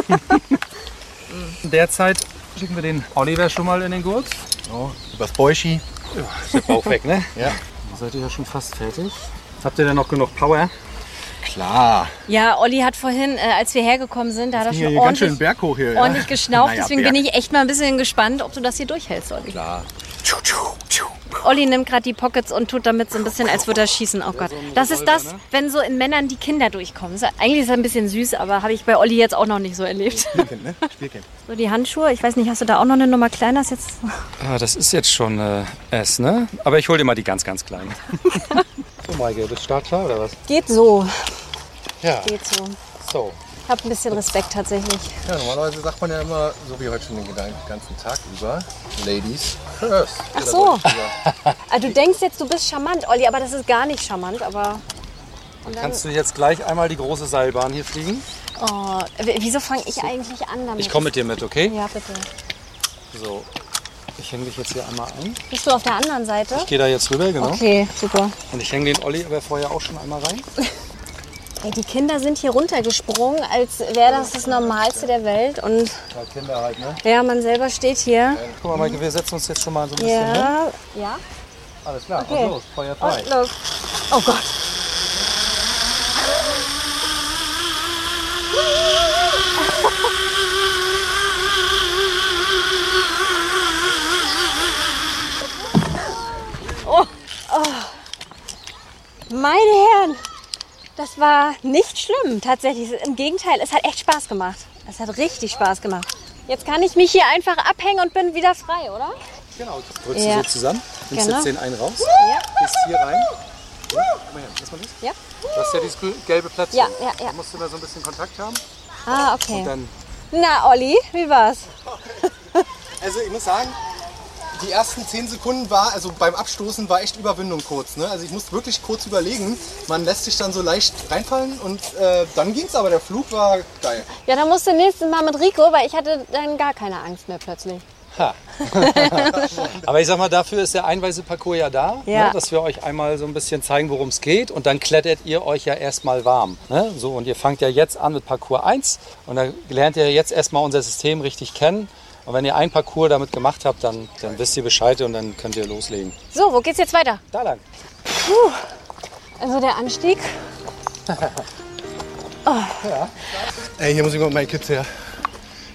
Speaker 12: Derzeit schicken wir den Oliver schon mal in den Gurt.
Speaker 2: Oh, übers Bäuschi.
Speaker 12: Ist der Bauch weg, ne?
Speaker 2: Ja.
Speaker 12: Dann seid ihr ja schon fast fertig. Habt ihr denn noch genug Power?
Speaker 2: Klar.
Speaker 1: Ja, Olli hat vorhin, äh, als wir hergekommen sind, da hat er
Speaker 2: Ging ja
Speaker 1: schon
Speaker 2: hier ganz schön einen
Speaker 1: ordentlich,
Speaker 2: Berg hoch hier. Ja.
Speaker 1: ordentlich geschnauft.
Speaker 2: Naja,
Speaker 1: Deswegen
Speaker 2: Berg.
Speaker 1: bin ich echt mal ein bisschen gespannt, ob du das hier durchhältst, Olli.
Speaker 2: Klar.
Speaker 1: Olli nimmt gerade die Pockets und tut damit so ein bisschen, als würde er schießen. Oh Gott. Das ist das, wenn so in Männern die Kinder durchkommen. Ist ja- Eigentlich ist das ein bisschen süß, aber habe ich bei Olli jetzt auch noch nicht so erlebt.
Speaker 2: Spielkind, ne? Spielkind.
Speaker 1: So die Handschuhe, ich weiß nicht, hast du da auch noch eine Nummer kleiner? Ist jetzt
Speaker 12: Ah, das ist jetzt schon äh, S, ne? Aber ich hole dir mal die ganz, ganz kleinen. so, Maike, bist du startklar oder was?
Speaker 1: Geht so,
Speaker 12: Ja,
Speaker 1: geht so.
Speaker 12: so.
Speaker 1: Hab ein bisschen Respekt tatsächlich.
Speaker 2: Ja, normalerweise sagt man ja immer, so wie heute schon den Gedanken, den ganzen Tag über, Ladies first. Ach
Speaker 1: so. Ah, du denkst jetzt, du bist charmant, Olli, aber das ist gar nicht charmant. Aber
Speaker 12: Kannst du jetzt gleich einmal die große Seilbahn hier fliegen?
Speaker 1: oh, w- wieso fange ich eigentlich an damit?
Speaker 12: Ich komme mit dir mit, okay?
Speaker 1: Ja, bitte.
Speaker 12: So. Ich hänge dich jetzt hier einmal ein.
Speaker 1: Bist du auf der anderen Seite?
Speaker 12: Ich gehe da jetzt rüber, genau.
Speaker 1: Okay, super.
Speaker 12: Und ich hänge den Olli aber vorher auch schon einmal rein.
Speaker 1: Ey, die Kinder sind hier runtergesprungen, als wäre das das Normalste der Welt. Und
Speaker 2: Kinder halt, ne?
Speaker 1: ja, man selber steht hier.
Speaker 12: Guck mal, Maike, wir setzen uns jetzt schon mal so ein bisschen hin.
Speaker 1: Ja, ja.
Speaker 2: ne? Alles klar,
Speaker 1: Okay.
Speaker 2: und los, Feuer frei.
Speaker 1: Und los. Oh Gott. Oh, oh. Meine Herren, das war nicht schlimm tatsächlich. Im Gegenteil, es hat echt Spaß gemacht. Es hat richtig Spaß gemacht. Jetzt kann ich mich hier einfach abhängen und bin wieder frei, oder?
Speaker 12: Genau. Drückst
Speaker 1: Ja.
Speaker 12: du so zusammen, nimmst
Speaker 1: Genau.
Speaker 12: jetzt den einen raus,
Speaker 1: Ja.
Speaker 12: gehst hier rein. Oh, Guck mal her, lass mal los.
Speaker 1: Ja.
Speaker 12: Du hast ja dieses gelbe Plätzchen.
Speaker 1: Ja, ja, ja.
Speaker 12: Da musst du immer so ein bisschen Kontakt haben.
Speaker 1: Ah, okay.
Speaker 12: Dann
Speaker 1: Na, Olli, wie war's?
Speaker 2: Also ich muss sagen, die ersten 10 Sekunden war, also beim Abstoßen war echt Überwindung kurz. Ne? Also ich musste wirklich kurz überlegen. Man lässt sich dann so leicht reinfallen und äh, dann ging's, aber der Flug war geil.
Speaker 1: Ja, dann musst du nächstes Mal mit Rico, weil ich hatte dann gar keine Angst mehr plötzlich.
Speaker 12: Aber ich sag mal, dafür ist der Einweiseparcours ja da,
Speaker 1: Ja.
Speaker 12: Ne, dass wir euch einmal so ein bisschen zeigen, worum es geht. Und dann klettert ihr euch ja erstmal warm. Ne? So, und ihr fangt ja jetzt an mit Parcours 1 und dann lernt ihr jetzt erstmal unser System richtig kennen. Und wenn ihr einen Parcours damit gemacht habt, dann, dann wisst ihr Bescheid und dann könnt ihr loslegen.
Speaker 1: So, wo geht's jetzt weiter?
Speaker 12: Da lang.
Speaker 1: Also der Anstieg.
Speaker 2: Ey, hier muss ich mal mit meinen Kids her.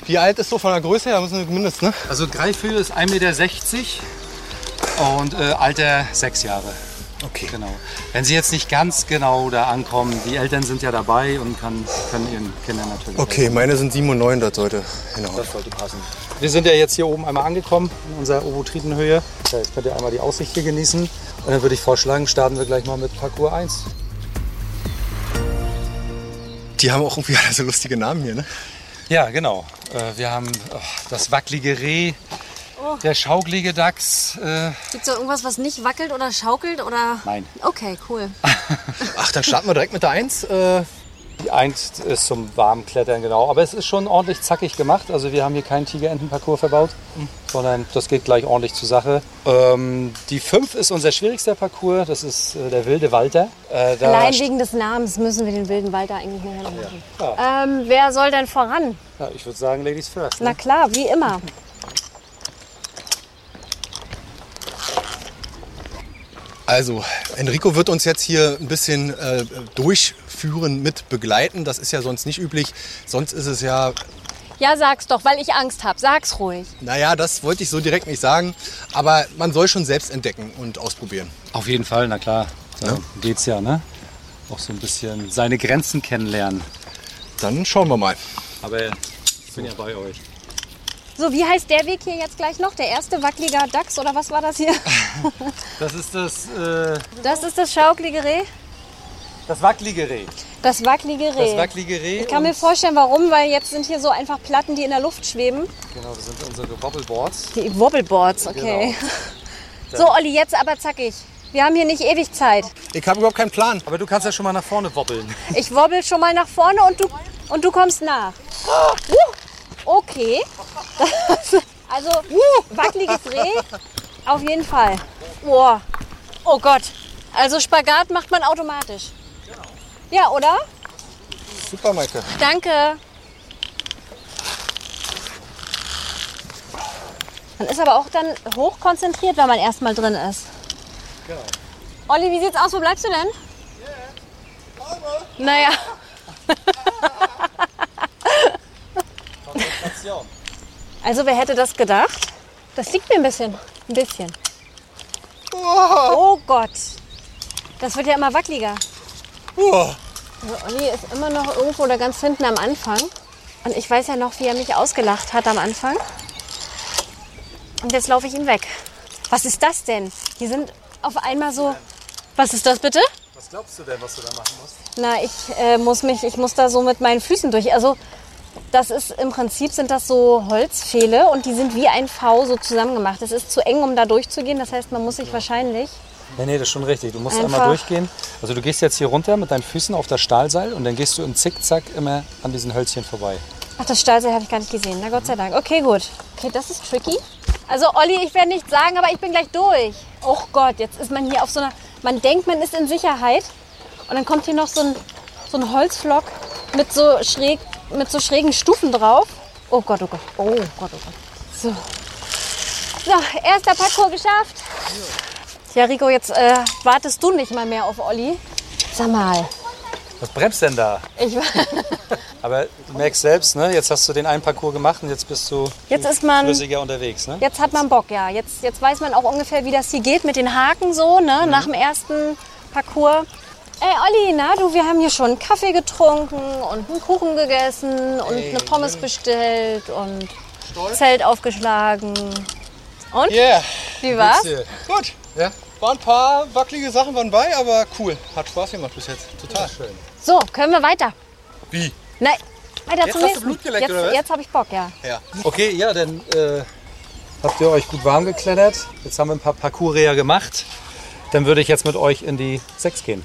Speaker 2: Wie alt ist so von der Größe her? Da müssen wir mindestens, ne?
Speaker 12: Also Greifhöhe ist 1,60 Meter und Alter 6 äh, Jahre.
Speaker 2: Okay.
Speaker 12: Genau. Wenn sie jetzt nicht ganz genau da ankommen, die Eltern sind ja dabei und kann, können ihren Kindern natürlich.
Speaker 2: Okay, meine sind 7 und 9, das sollte hinhauen.
Speaker 12: Das sollte passen. Wir sind ja jetzt hier oben einmal angekommen, in unserer Obotritenhöhe. Ja, jetzt könnt ihr einmal die Aussicht hier genießen. Und dann würde ich vorschlagen, starten wir gleich mal mit Parcours 1.
Speaker 2: Die haben auch irgendwie alle so lustige Namen hier, ne?
Speaker 12: Ja, genau. Äh, Wir haben oh, das wackelige Reh, der schaukelige Dachs. Äh,
Speaker 1: Gibt es da irgendwas, was nicht wackelt oder schaukelt? Oder?
Speaker 12: Nein.
Speaker 1: Okay, cool.
Speaker 2: Ach, dann starten wir direkt mit der 1.
Speaker 12: äh, die 1 ist zum Warmklettern, genau. Aber es ist schon ordentlich zackig gemacht. Also wir haben hier keinen Tigerentenparcours verbaut, sondern das geht gleich ordentlich zur Sache. Ähm, die 5 ist unser schwierigster Parcours. Das ist äh, der wilde Walter. Äh, da
Speaker 1: Allein
Speaker 12: st-
Speaker 1: wegen des Namens müssen wir den wilden Walter eigentlich nicht mehr machen. Ähm, wer soll denn voran?
Speaker 12: ja, ich würde sagen, Ladies first. ne?
Speaker 1: Na klar, wie immer.
Speaker 2: Also, Enrico wird uns jetzt hier ein bisschen äh, durchführen, mit begleiten. Das ist ja sonst nicht üblich. Sonst ist es ja,
Speaker 1: Ja, sag's doch, weil ich Angst hab. Sag's ruhig.
Speaker 2: naja, das wollte ich so direkt nicht sagen. Aber man soll schon selbst entdecken und ausprobieren.
Speaker 12: Auf jeden Fall, na klar. Da geht's Ah, ja, ne? Auch so ein bisschen seine Grenzen kennenlernen.
Speaker 2: Dann schauen wir mal.
Speaker 12: Aber ich bin ja bei euch.
Speaker 1: So, wie heißt der Weg hier jetzt gleich noch? Der erste wackeliger Dachs oder was war das hier?
Speaker 12: Das ist das, äh,
Speaker 1: Das ist das schaukelige Reh?
Speaker 12: das wackelige Reh.
Speaker 1: Das wackelige Reh.
Speaker 12: Das wackelige Reh.
Speaker 1: ich kann mir vorstellen, warum, weil jetzt sind hier so einfach Platten, die in der Luft schweben.
Speaker 12: Genau, das sind unsere Wobbleboards.
Speaker 1: Die Wobbleboards, okay.
Speaker 12: Genau.
Speaker 1: So, Olli, jetzt aber zackig. Wir haben hier nicht ewig Zeit.
Speaker 2: Ich habe überhaupt keinen Plan.
Speaker 12: Aber du kannst ja schon mal nach vorne wobbeln.
Speaker 1: Ich wobbel schon mal nach vorne und du, und du kommst nach. Uh, Okay. Das, also, wackeliges Reh, auf jeden Fall. Boah. Oh Gott. Also Spagat macht man automatisch. Ja, oder?
Speaker 2: Super, Maike.
Speaker 1: Danke. Man ist aber auch dann hochkonzentriert, wenn man erstmal drin ist. Olli, wie sieht's aus? Wo bleibst du denn? Naja. Also wer hätte das gedacht? Das liegt mir ein bisschen. Ein bisschen. Oh Gott. Das wird ja immer wackeliger. Also Olli ist immer noch irgendwo da ganz hinten am Anfang. Und ich weiß ja noch, wie er mich ausgelacht hat am Anfang. Und jetzt laufe ich ihm weg. Was ist das denn? Hier sind auf einmal so. Was ist das bitte?
Speaker 12: Was glaubst du denn, was du da machen musst?
Speaker 1: Na, ich äh, muss mich, ich muss da so mit meinen Füßen durch. Also das ist im Prinzip sind das so Holzpfähle und die sind wie ein V so zusammengemacht. Es ist zu eng, um da durchzugehen. Das heißt, man muss sich wahrscheinlich.
Speaker 12: Nee, nee, das ist schon richtig. Du musst
Speaker 1: Einfach.
Speaker 12: einmal durchgehen. Also du gehst jetzt hier runter mit deinen Füßen auf das Stahlseil und dann gehst du im Zickzack immer an diesen Hölzchen vorbei.
Speaker 1: Ach, das Stahlseil habe ich gar nicht gesehen. Na Gott sei Dank. Okay, gut. Okay, das ist tricky. Also Olli, ich werde nichts sagen, aber ich bin gleich durch. Och Gott, jetzt ist man hier auf so einer. Man denkt, man ist in Sicherheit. Und dann kommt hier noch so ein, so ein Holzflock mit so, schräg, mit so schrägen Stufen drauf. Oh Gott, oh Gott. Oh Gott, oh Gott. So. So, erster Parcours geschafft. Ja, Rico, jetzt äh, wartest du nicht mal mehr auf Olli. Sag mal.
Speaker 12: Was bremst denn da?
Speaker 1: Ich,
Speaker 12: Aber du merkst selbst, ne? jetzt hast du den einen Parcours gemacht und jetzt bist du
Speaker 1: jetzt ist man.
Speaker 12: flüssiger unterwegs. Ne?
Speaker 1: Jetzt hat man Bock, ja. Jetzt, jetzt weiß man auch ungefähr, wie das hier geht mit den Haken so,
Speaker 12: Mhm.
Speaker 1: ne? Nach dem ersten Parcours. Ey, Olli, na du, wir haben hier schon einen Kaffee getrunken und einen Kuchen gegessen und eine Pommes bestellt und Zelt aufgeschlagen. Und?
Speaker 2: Yeah.
Speaker 1: Wie war's?
Speaker 2: Hier. Gut. Ja. War ein paar wackelige Sachen waren bei, aber cool. Hat Spaß gemacht bis jetzt. Total. schön.
Speaker 1: So, können wir weiter.
Speaker 2: Wie?
Speaker 1: Nein, weiter
Speaker 2: Jetzt
Speaker 1: zum
Speaker 2: hast du
Speaker 1: nächsten.
Speaker 2: Blut geleckt,
Speaker 1: jetzt
Speaker 2: oder was?
Speaker 1: jetzt habe ich Bock, ja.
Speaker 2: Ja.
Speaker 12: Okay, ja, dann äh, habt ihr euch gut warm geklettert. Jetzt haben wir ein paar Parcours ja gemacht. Dann würde ich jetzt mit euch in die 6 gehen.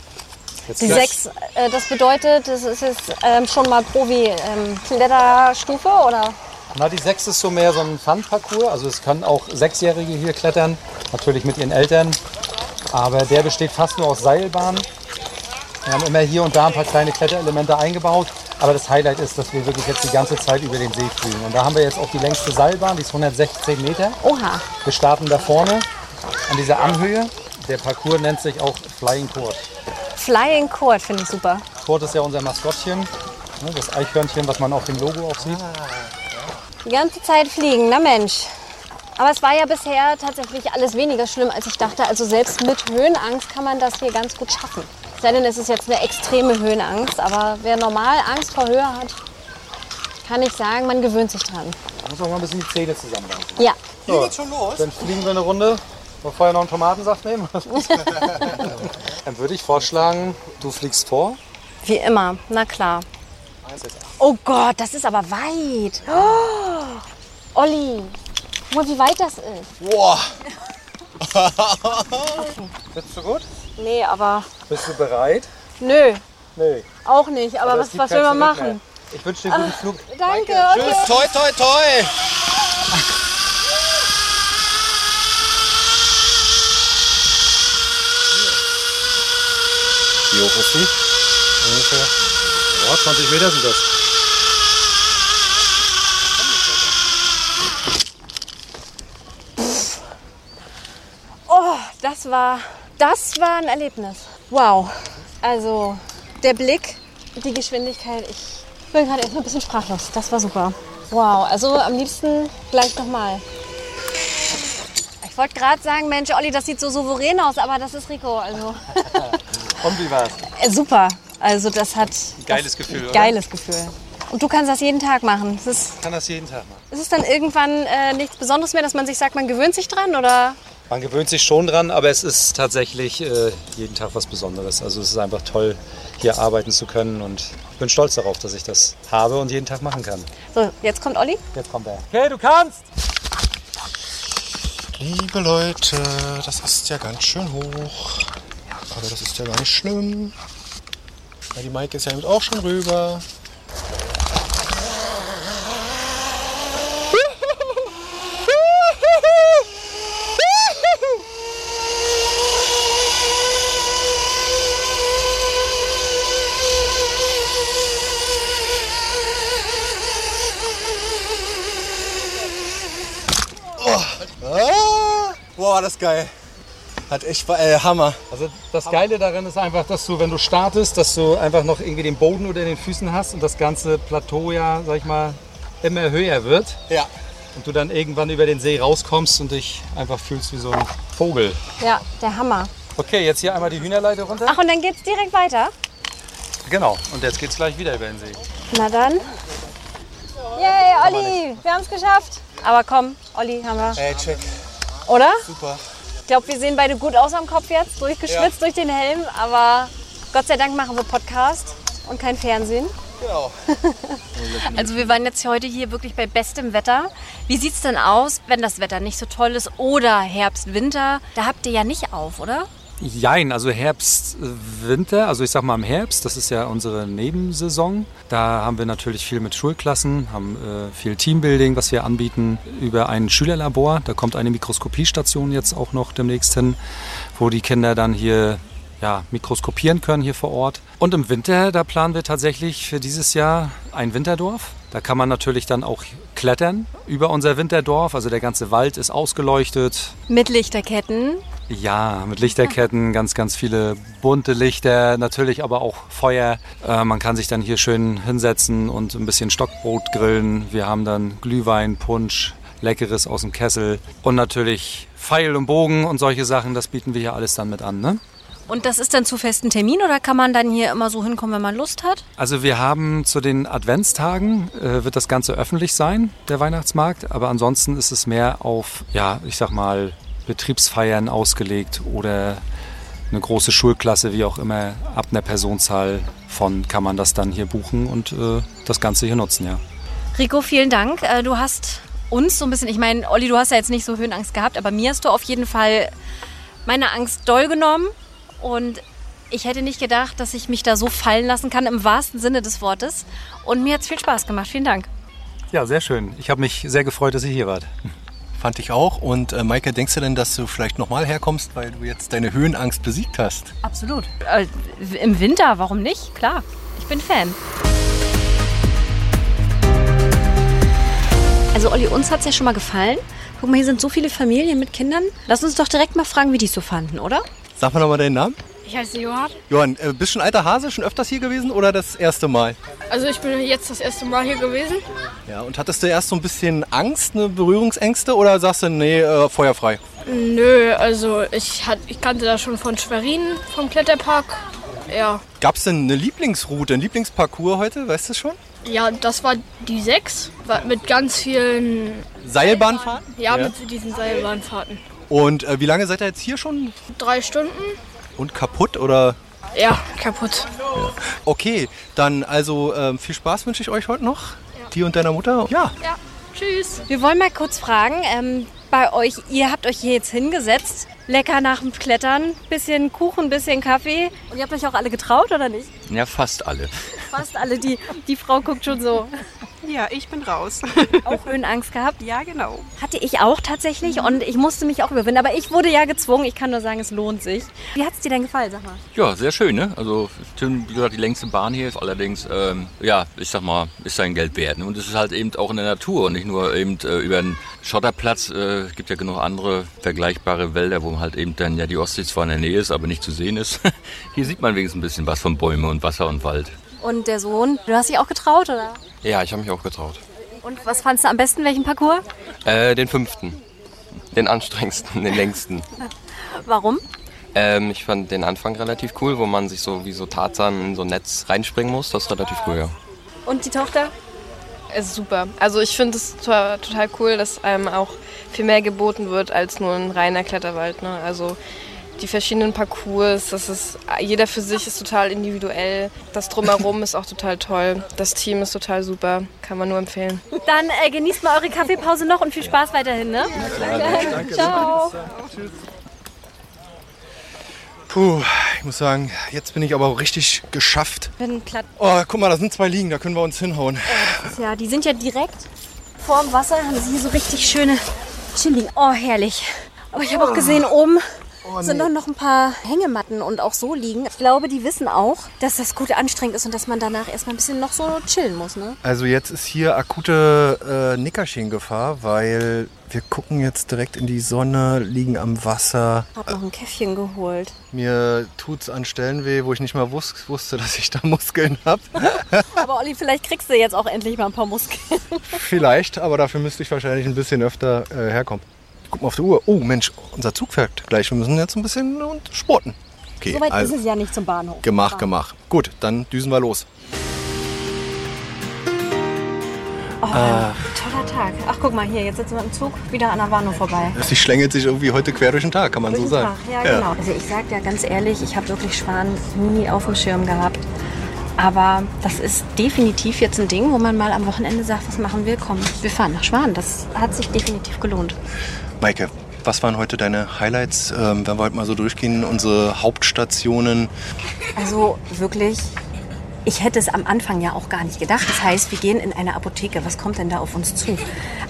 Speaker 12: Jetzt
Speaker 1: Die
Speaker 12: gleich.
Speaker 1: sechs, äh, das bedeutet, das ist jetzt ähm, schon mal
Speaker 11: ähm,
Speaker 1: Profi-Kletterstufe oder?
Speaker 12: Na, die 6 ist so mehr so ein Fun-Parcours. Also es können auch Sechsjährige hier klettern, natürlich mit ihren Eltern. Aber der besteht fast nur aus Seilbahnen. Wir haben immer hier und da ein paar kleine Kletterelemente eingebaut. Aber das Highlight ist, dass wir wirklich jetzt die ganze Zeit über den See fliegen. Und da haben wir jetzt auch die längste Seilbahn, die ist 116 Meter.
Speaker 1: Oha.
Speaker 12: Wir starten da vorne an dieser Anhöhe. Der Parcours nennt sich auch Flying Court.
Speaker 1: Flying Court finde ich super.
Speaker 12: Court ist ja unser Maskottchen, ne, das
Speaker 11: Ah,
Speaker 12: Eichhörnchen, was man auf dem Logo auch sieht.
Speaker 1: Die ganze Zeit fliegen, na Mensch.
Speaker 11: Aber es war ja bisher tatsächlich alles weniger schlimm, als ich dachte. Also selbst mit Höhenangst kann man das hier ganz gut schaffen. Sei denn, es ist jetzt eine extreme Höhenangst. Aber wer normal Angst vor Höhe hat, kann ich sagen, man gewöhnt sich dran.
Speaker 12: Muss noch mal ein bisschen die Zähne zusammenreißen.
Speaker 11: Ja.
Speaker 12: So, geht's schon los. Dann fliegen wir eine Runde. Wollen wir vorher noch einen Tomatensaft nehmen? dann würde ich vorschlagen, du fliegst vor.
Speaker 11: Wie immer, na klar. Oh Gott, das ist aber weit. Oh, Olli, guck mal, wie weit das ist.
Speaker 2: Boah,
Speaker 12: Sitzt du gut?
Speaker 11: Nee, aber.
Speaker 12: Bist du bereit?
Speaker 11: Nö,
Speaker 12: Nee.
Speaker 11: auch nicht. Aber, was,
Speaker 12: es gibt
Speaker 11: was
Speaker 12: kein
Speaker 11: will
Speaker 2: halt
Speaker 11: man
Speaker 12: Zurück mehr.
Speaker 11: machen?
Speaker 12: Ich wünsche dir einen guten Flug.
Speaker 11: Danke.
Speaker 2: tschüss, Ah. toi, toi, toi.
Speaker 12: Wie hoch ist die? Ungefähr. Boah, 20 Meter sind das.
Speaker 11: Oh, das war, das war ein Erlebnis. Wow. Also der Blick, die Geschwindigkeit. Ich bin gerade erstmal ein bisschen sprachlos. Das war super. Wow. Also am liebsten gleich nochmal. Ich wollte gerade sagen, Mensch, Olli, das sieht so souverän aus, aber das ist Rico. Also
Speaker 12: Und wie war's?
Speaker 11: Äh, super. Also das hat
Speaker 12: Geiles
Speaker 11: das,
Speaker 12: Gefühl, oder?
Speaker 11: Geiles Gefühl. Und du kannst das jeden Tag machen. Es ist,
Speaker 12: Ich kann das jeden Tag machen.
Speaker 11: es ist dann irgendwann äh, nichts Besonderes mehr, dass man sich sagt, man gewöhnt sich dran oder
Speaker 12: Man gewöhnt sich schon dran, aber es ist tatsächlich äh, jeden Tag was Besonderes. Also es ist einfach toll, hier arbeiten zu können und ich bin stolz darauf, dass ich das habe und jeden Tag machen kann.
Speaker 11: so. Jetzt kommt Olli.
Speaker 12: Jetzt kommt er. Okay, du kannst!
Speaker 2: Liebe Leute, das ist ja ganz schön hoch. Aber das ist ja gar nicht schlimm. Weil die Maike ist ja eben auch schon rüber.
Speaker 13: Ah, boah, war das geil. Hat echt war, äh, Hammer.
Speaker 12: Also das Geile daran ist einfach, dass du, wenn du startest, dass du einfach noch irgendwie den Boden unter den Füßen hast und das ganze Plateau ja, sag ich mal, immer höher wird
Speaker 13: Ja.
Speaker 12: und du dann irgendwann über den See rauskommst und dich einfach fühlst wie so ein Vogel.
Speaker 11: Ja, der Hammer.
Speaker 12: Okay, jetzt hier einmal die Hühnerleite runter.
Speaker 11: Ach, und dann geht's direkt weiter?
Speaker 12: Genau, und jetzt geht's gleich wieder über den See.
Speaker 11: Na dann. Yay, Olli, wir haben's geschafft. Aber komm, Olli, haben wir.
Speaker 13: Ey, check.
Speaker 11: Oder?
Speaker 13: Super.
Speaker 11: Ich glaube, wir sehen beide gut aus am Kopf jetzt, durchgeschwitzt durch den Helm. Aber Gott sei Dank machen wir Podcast und kein Fernsehen.
Speaker 13: Genau.
Speaker 1: Also wir waren jetzt heute hier wirklich bei bestem Wetter. Wie sieht's denn aus, wenn das Wetter nicht so toll ist oder Herbst, Winter? Da habt ihr ja nicht auf, oder?
Speaker 12: Jein, also Herbst, äh, Winter, also ich sag mal im Herbst, das ist ja unsere Nebensaison. Da haben wir natürlich viel mit Schulklassen, haben äh, viel Teambuilding, was wir anbieten über ein Schülerlabor. Da kommt eine Mikroskopiestation jetzt auch noch demnächst hin, wo die Kinder dann hier ja, mikroskopieren können hier vor Ort. Und äh, im Winter, da planen wir tatsächlich für dieses Jahr ein Winterdorf. Da kann man natürlich dann auch klettern über unser Winterdorf. Also der ganze Wald ist ausgeleuchtet.
Speaker 1: Mit Lichterketten.
Speaker 12: Ja, mit Lichterketten, ganz, ganz viele bunte Lichter, natürlich aber auch Feuer. Äh, man kann sich dann hier schön hinsetzen und ein bisschen Stockbrot grillen. Wir haben dann Glühwein, Punsch, Leckeres aus dem Kessel und natürlich Pfeil und Bogen und solche Sachen. Das bieten wir hier alles dann mit an. Ne?
Speaker 1: Und das ist dann zu festen Termin oder kann man dann hier immer so hinkommen, wenn man Lust hat?
Speaker 12: Also wir haben zu den Adventstagen äh, wird das Ganze öffentlich sein, der Weihnachtsmarkt, aber ansonsten ist es mehr auf, ja, ich sag mal, Betriebsfeiern ausgelegt oder eine große Schulklasse, wie auch immer, ab einer Personenzahl von kann man das dann hier buchen und äh, das Ganze hier nutzen, ja.
Speaker 1: Rico, vielen Dank. Äh, Du hast uns so ein bisschen, ich meine, Olli, du hast ja jetzt nicht so Höhenangst gehabt, aber mir hast du auf jeden Fall meine Angst doll genommen. Und ich hätte nicht gedacht, dass ich mich da so fallen lassen kann, im wahrsten Sinne des Wortes. Und mir hat es viel Spaß gemacht. Vielen Dank.
Speaker 12: Ja, sehr schön. Ich habe mich sehr gefreut, dass ihr hier wart.
Speaker 2: Fand ich auch. Und äh, Maike, denkst du denn, dass du vielleicht nochmal herkommst, weil du jetzt deine Höhenangst besiegt hast?
Speaker 1: Absolut. Äh, Im Winter, warum nicht? Klar, ich bin Fan.
Speaker 11: Also Olli, uns hat's ja schon mal gefallen. Guck mal, hier sind so viele Familien mit Kindern.
Speaker 1: Lass uns doch direkt mal fragen, wie die es so fanden, oder?
Speaker 2: Sag mal nochmal deinen Namen.
Speaker 14: Ich heiße Johann.
Speaker 2: Johann, äh, bist schon alter Hase, schon öfters hier gewesen oder das erste Mal?
Speaker 14: Also ich bin jetzt das erste Mal hier gewesen.
Speaker 2: Ja, und hattest du erst so ein bisschen Angst, eine Berührungsängste oder sagst du, nee, äh, feuerfrei?
Speaker 14: Nö, also ich, hat, ich kannte das schon von Schwerin, vom Kletterpark. Ja.
Speaker 2: Gab es denn eine Lieblingsroute, einen Lieblingsparcours heute, weißt du schon?
Speaker 14: Ja, das war die 6 mit ganz vielen
Speaker 2: Seilbahnfahren?
Speaker 14: Ja, mit diesen Seilbahnfahrten.
Speaker 2: Und äh, wie lange seid ihr jetzt hier schon?
Speaker 14: Drei Stunden?
Speaker 2: Und kaputt oder?
Speaker 14: Ja, kaputt.
Speaker 2: Okay, dann also ähm, viel Spaß wünsche ich euch heute noch. Dir und deiner Mutter. Ja.
Speaker 14: Ja, tschüss.
Speaker 1: Wir wollen mal kurz fragen, ähm, bei euch, ihr habt euch hier jetzt hingesetzt, lecker nach dem Klettern, bisschen Kuchen, bisschen Kaffee. Und ihr habt euch auch alle getraut, oder nicht?
Speaker 15: Ja, fast alle.
Speaker 1: Fast alle, Also die, die Frau guckt schon so.
Speaker 16: Ja, ich bin raus.
Speaker 1: Auch Höhenangst gehabt?
Speaker 16: Ja, genau. Mhm.
Speaker 1: Hatte ich auch tatsächlich und ich musste mich auch überwinden. Aber ich wurde ja gezwungen, ich kann nur sagen, es lohnt sich. Wie hat es dir denn gefallen, sag mal?
Speaker 15: Ja, sehr schön, ne? Also, Tim, wie gesagt, die längste Bahn hier ist allerdings, ähm, ja, ich sag mal, ist sein Geld wert. ne? Und es ist halt eben auch in der Natur und nicht nur eben äh, über einen Schotterplatz. äh, Es gibt ja genug andere vergleichbare Wälder, wo halt eben dann, ja, die Ostsee zwar in der Nähe ist, aber nicht zu sehen ist. Hier sieht man wenigstens ein bisschen was von Bäume und Wasser und Wald.
Speaker 1: Und der Sohn, du hast dich auch getraut, oder?
Speaker 15: Ja, ich habe mich auch getraut.
Speaker 1: Und was fandst du am besten, welchen Parcours?
Speaker 17: Äh, den fünften. Den anstrengendsten, den längsten.
Speaker 1: Warum?
Speaker 17: Ähm, ich fand den Anfang relativ cool, wo man sich so wie so Tarzan in so ein Netz reinspringen muss. Das ist relativ cool, ja.
Speaker 9: Und die Tochter? Ist super. Also ich finde es zwar total cool, dass einem auch viel mehr geboten wird als nur ein reiner Kletterwald. Ne? Also die verschiedenen Parcours, das ist, jeder für sich ist total individuell. Das Drumherum ist auch total toll. Das Team ist total super. Kann man nur empfehlen.
Speaker 1: Dann äh, genießt mal eure Kaffeepause noch und viel Spaß weiterhin, ne?
Speaker 2: danke, danke.
Speaker 1: Ciao.
Speaker 2: Puh, ich muss sagen, jetzt bin ich aber auch richtig geschafft.
Speaker 1: Bin platt.
Speaker 2: Oh, guck mal, da sind zwei Liegen, da können wir uns hinhauen.
Speaker 1: Ja, die sind ja direkt vorm Wasser, haben sie hier so richtig schöne Chilling. Oh, herrlich. Aber ich habe auch gesehen, oben sind auch noch ein paar Hängematten und auch so liegen. Ich glaube, die wissen auch, dass das gut anstrengend ist und dass man danach erstmal ein bisschen noch so chillen muss, ne?
Speaker 2: Also jetzt ist hier akute äh, Nickerchen-Gefahr, weil wir gucken jetzt direkt in die Sonne, liegen am Wasser.
Speaker 1: Hab noch ein Käffchen geholt.
Speaker 2: Mir tut's an Stellen weh, wo ich nicht mal wus wusste, dass ich da Muskeln habe.
Speaker 1: Aber Olli, vielleicht kriegst du jetzt auch endlich mal ein paar Muskeln.
Speaker 2: Vielleicht, aber dafür müsste ich wahrscheinlich ein bisschen öfter äh, herkommen. Guck mal auf die Uhr. Oh Mensch, unser Zug fährt gleich. Wir müssen jetzt ein bisschen und sporten. Okay,
Speaker 1: Soweit
Speaker 2: also
Speaker 1: ist es ja nicht zum Bahnhof.
Speaker 2: gemacht, gemacht. Gut, dann düsen wir los.
Speaker 1: Oh,
Speaker 2: Ah.
Speaker 1: toller Tag. Ach, guck mal hier, jetzt sitzen wir im Zug wieder an der Warnow vorbei.
Speaker 2: Sie schlängelt sich irgendwie heute quer durch den Tag, kann man so
Speaker 1: Guten
Speaker 2: sagen.
Speaker 1: Tag. Ja, genau. Also ich sag dir ganz ehrlich, ich habe wirklich Schwan nie auf dem Schirm gehabt. Aber das ist definitiv jetzt ein Ding, wo man mal am Wochenende sagt, was machen wir? Komm, wir fahren nach Schwan. Das hat sich definitiv gelohnt.
Speaker 2: Maike, was waren heute deine Highlights, ähm, wenn wir heute mal so durchgehen, unsere Hauptstationen?
Speaker 1: Also wirklich, ich hätte es am Anfang ja auch gar nicht gedacht. Das heißt, wir gehen in eine Apotheke. Was kommt denn da auf uns zu?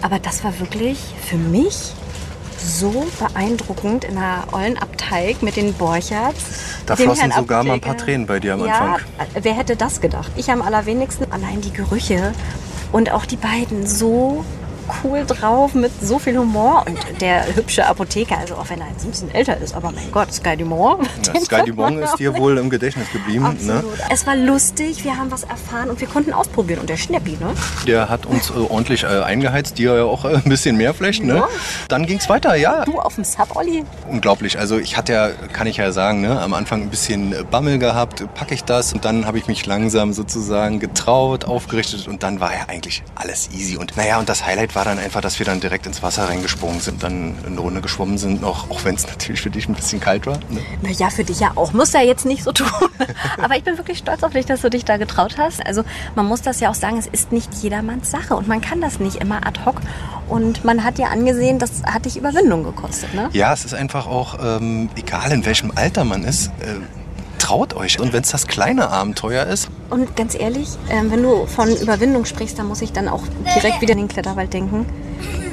Speaker 1: Aber das war wirklich für mich so beeindruckend in einer ollen Abteig mit den Borcherts.
Speaker 2: Da
Speaker 1: mit dem
Speaker 2: flossen
Speaker 1: Herrn
Speaker 2: sogar mal ein paar
Speaker 1: Apotheker.
Speaker 2: Tränen bei dir am
Speaker 1: ja, äh,
Speaker 2: Anfang.
Speaker 1: Wer hätte das gedacht? Ich am allerwenigsten. Allein die Gerüche und auch die beiden so cool drauf mit so viel Humor und der hübsche Apotheker, also auch wenn er jetzt ein bisschen älter ist, aber mein Gott, Sky Dumont.
Speaker 2: Ja,
Speaker 1: den
Speaker 2: Sky
Speaker 1: kann man
Speaker 2: Dumont ist
Speaker 1: auch
Speaker 2: dir
Speaker 1: nicht-
Speaker 2: wohl im Gedächtnis geblieben. Ne?
Speaker 1: Absolut. Es war lustig, wir haben was erfahren und wir konnten ausprobieren. Und der Schnäppi, ne?
Speaker 2: Der hat uns äh, ordentlich äh, eingeheizt, dir ja auch äh, ein bisschen mehr vielleicht. Ne?
Speaker 1: Ja.
Speaker 2: Dann ging's weiter, ja.
Speaker 1: Du auf dem Sub, Olli?
Speaker 2: Unglaublich. Also ich hatte ja, kann ich ja sagen, ne, am Anfang ein bisschen Bammel gehabt, packe ich das und dann habe ich mich langsam sozusagen getraut, aufgerichtet und dann war ja eigentlich alles easy. Und naja, und das Highlight war dann einfach, dass wir dann direkt ins Wasser reingesprungen sind, dann eine Runde geschwommen sind, noch, auch wenn es natürlich für dich ein bisschen kalt war. Ne?
Speaker 1: Na ja, für dich ja auch. Muss ja jetzt nicht so tun. Aber ich bin wirklich stolz auf dich, dass du dich da getraut hast. Also man muss das ja auch sagen, es ist nicht jedermanns Sache und man kann das nicht immer ad hoc. Und man hat ja angesehen, das hat dich Überwindung gekostet, ne?
Speaker 2: Ja, es ist einfach auch, ähm, egal in welchem Alter man ist, äh, traut euch. Und wenn es das kleine Abenteuer ist,
Speaker 1: Und ganz ehrlich, ähm, wenn du von Überwindung sprichst, dann muss ich dann auch direkt wieder an den Kletterwald denken.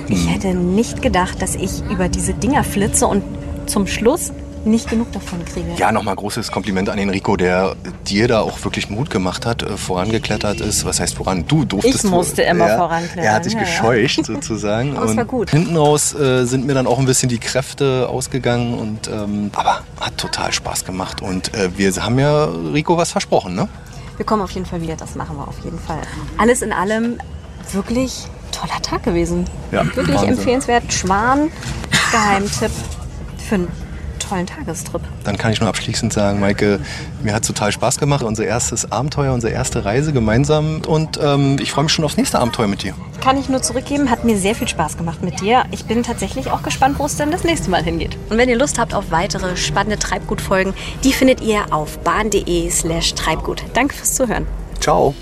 Speaker 1: Ich hätte nicht gedacht, dass ich über diese Dinger flitze und zum Schluss nicht genug davon kriege.
Speaker 2: Ja, nochmal großes Kompliment an Enrico, der dir da auch wirklich Mut gemacht hat, äh, vorangeklettert ist. Was heißt voran? Du durftest.
Speaker 1: Ich musste immer
Speaker 2: ja,
Speaker 1: voranklettern,
Speaker 2: Er hat dich
Speaker 1: ja, ja.
Speaker 2: gescheucht sozusagen.
Speaker 1: Aber es war
Speaker 2: Und
Speaker 1: gut.
Speaker 2: Hinten raus äh, sind mir dann auch ein bisschen die Kräfte ausgegangen. Und, ähm, aber hat total Spaß gemacht. Und äh, wir haben ja Rico was versprochen, ne?
Speaker 1: Wir kommen auf jeden Fall wieder, das machen wir auf jeden Fall. Alles in allem wirklich toller Tag gewesen.
Speaker 2: Ja,
Speaker 1: wirklich
Speaker 2: Wahnsinn.
Speaker 1: empfehlenswert. Schwan, Geheimtipp für einen tollen Tagestrip.
Speaker 2: Dann kann ich nur abschließend sagen, Maike, mir hat total Spaß gemacht. Unser erstes Abenteuer, unsere erste Reise gemeinsam. Und ähm, ich freue mich schon aufs nächste Abenteuer mit dir.
Speaker 1: Kann ich nur zurückgeben, hat mir sehr viel Spaß gemacht mit dir. Ich bin tatsächlich auch gespannt, wo es denn das nächste Mal hingeht. Und wenn ihr Lust habt auf weitere spannende Treibgutfolgen, die findet ihr auf bahn.de slash Treibgut. Danke fürs Zuhören.
Speaker 2: Ciao.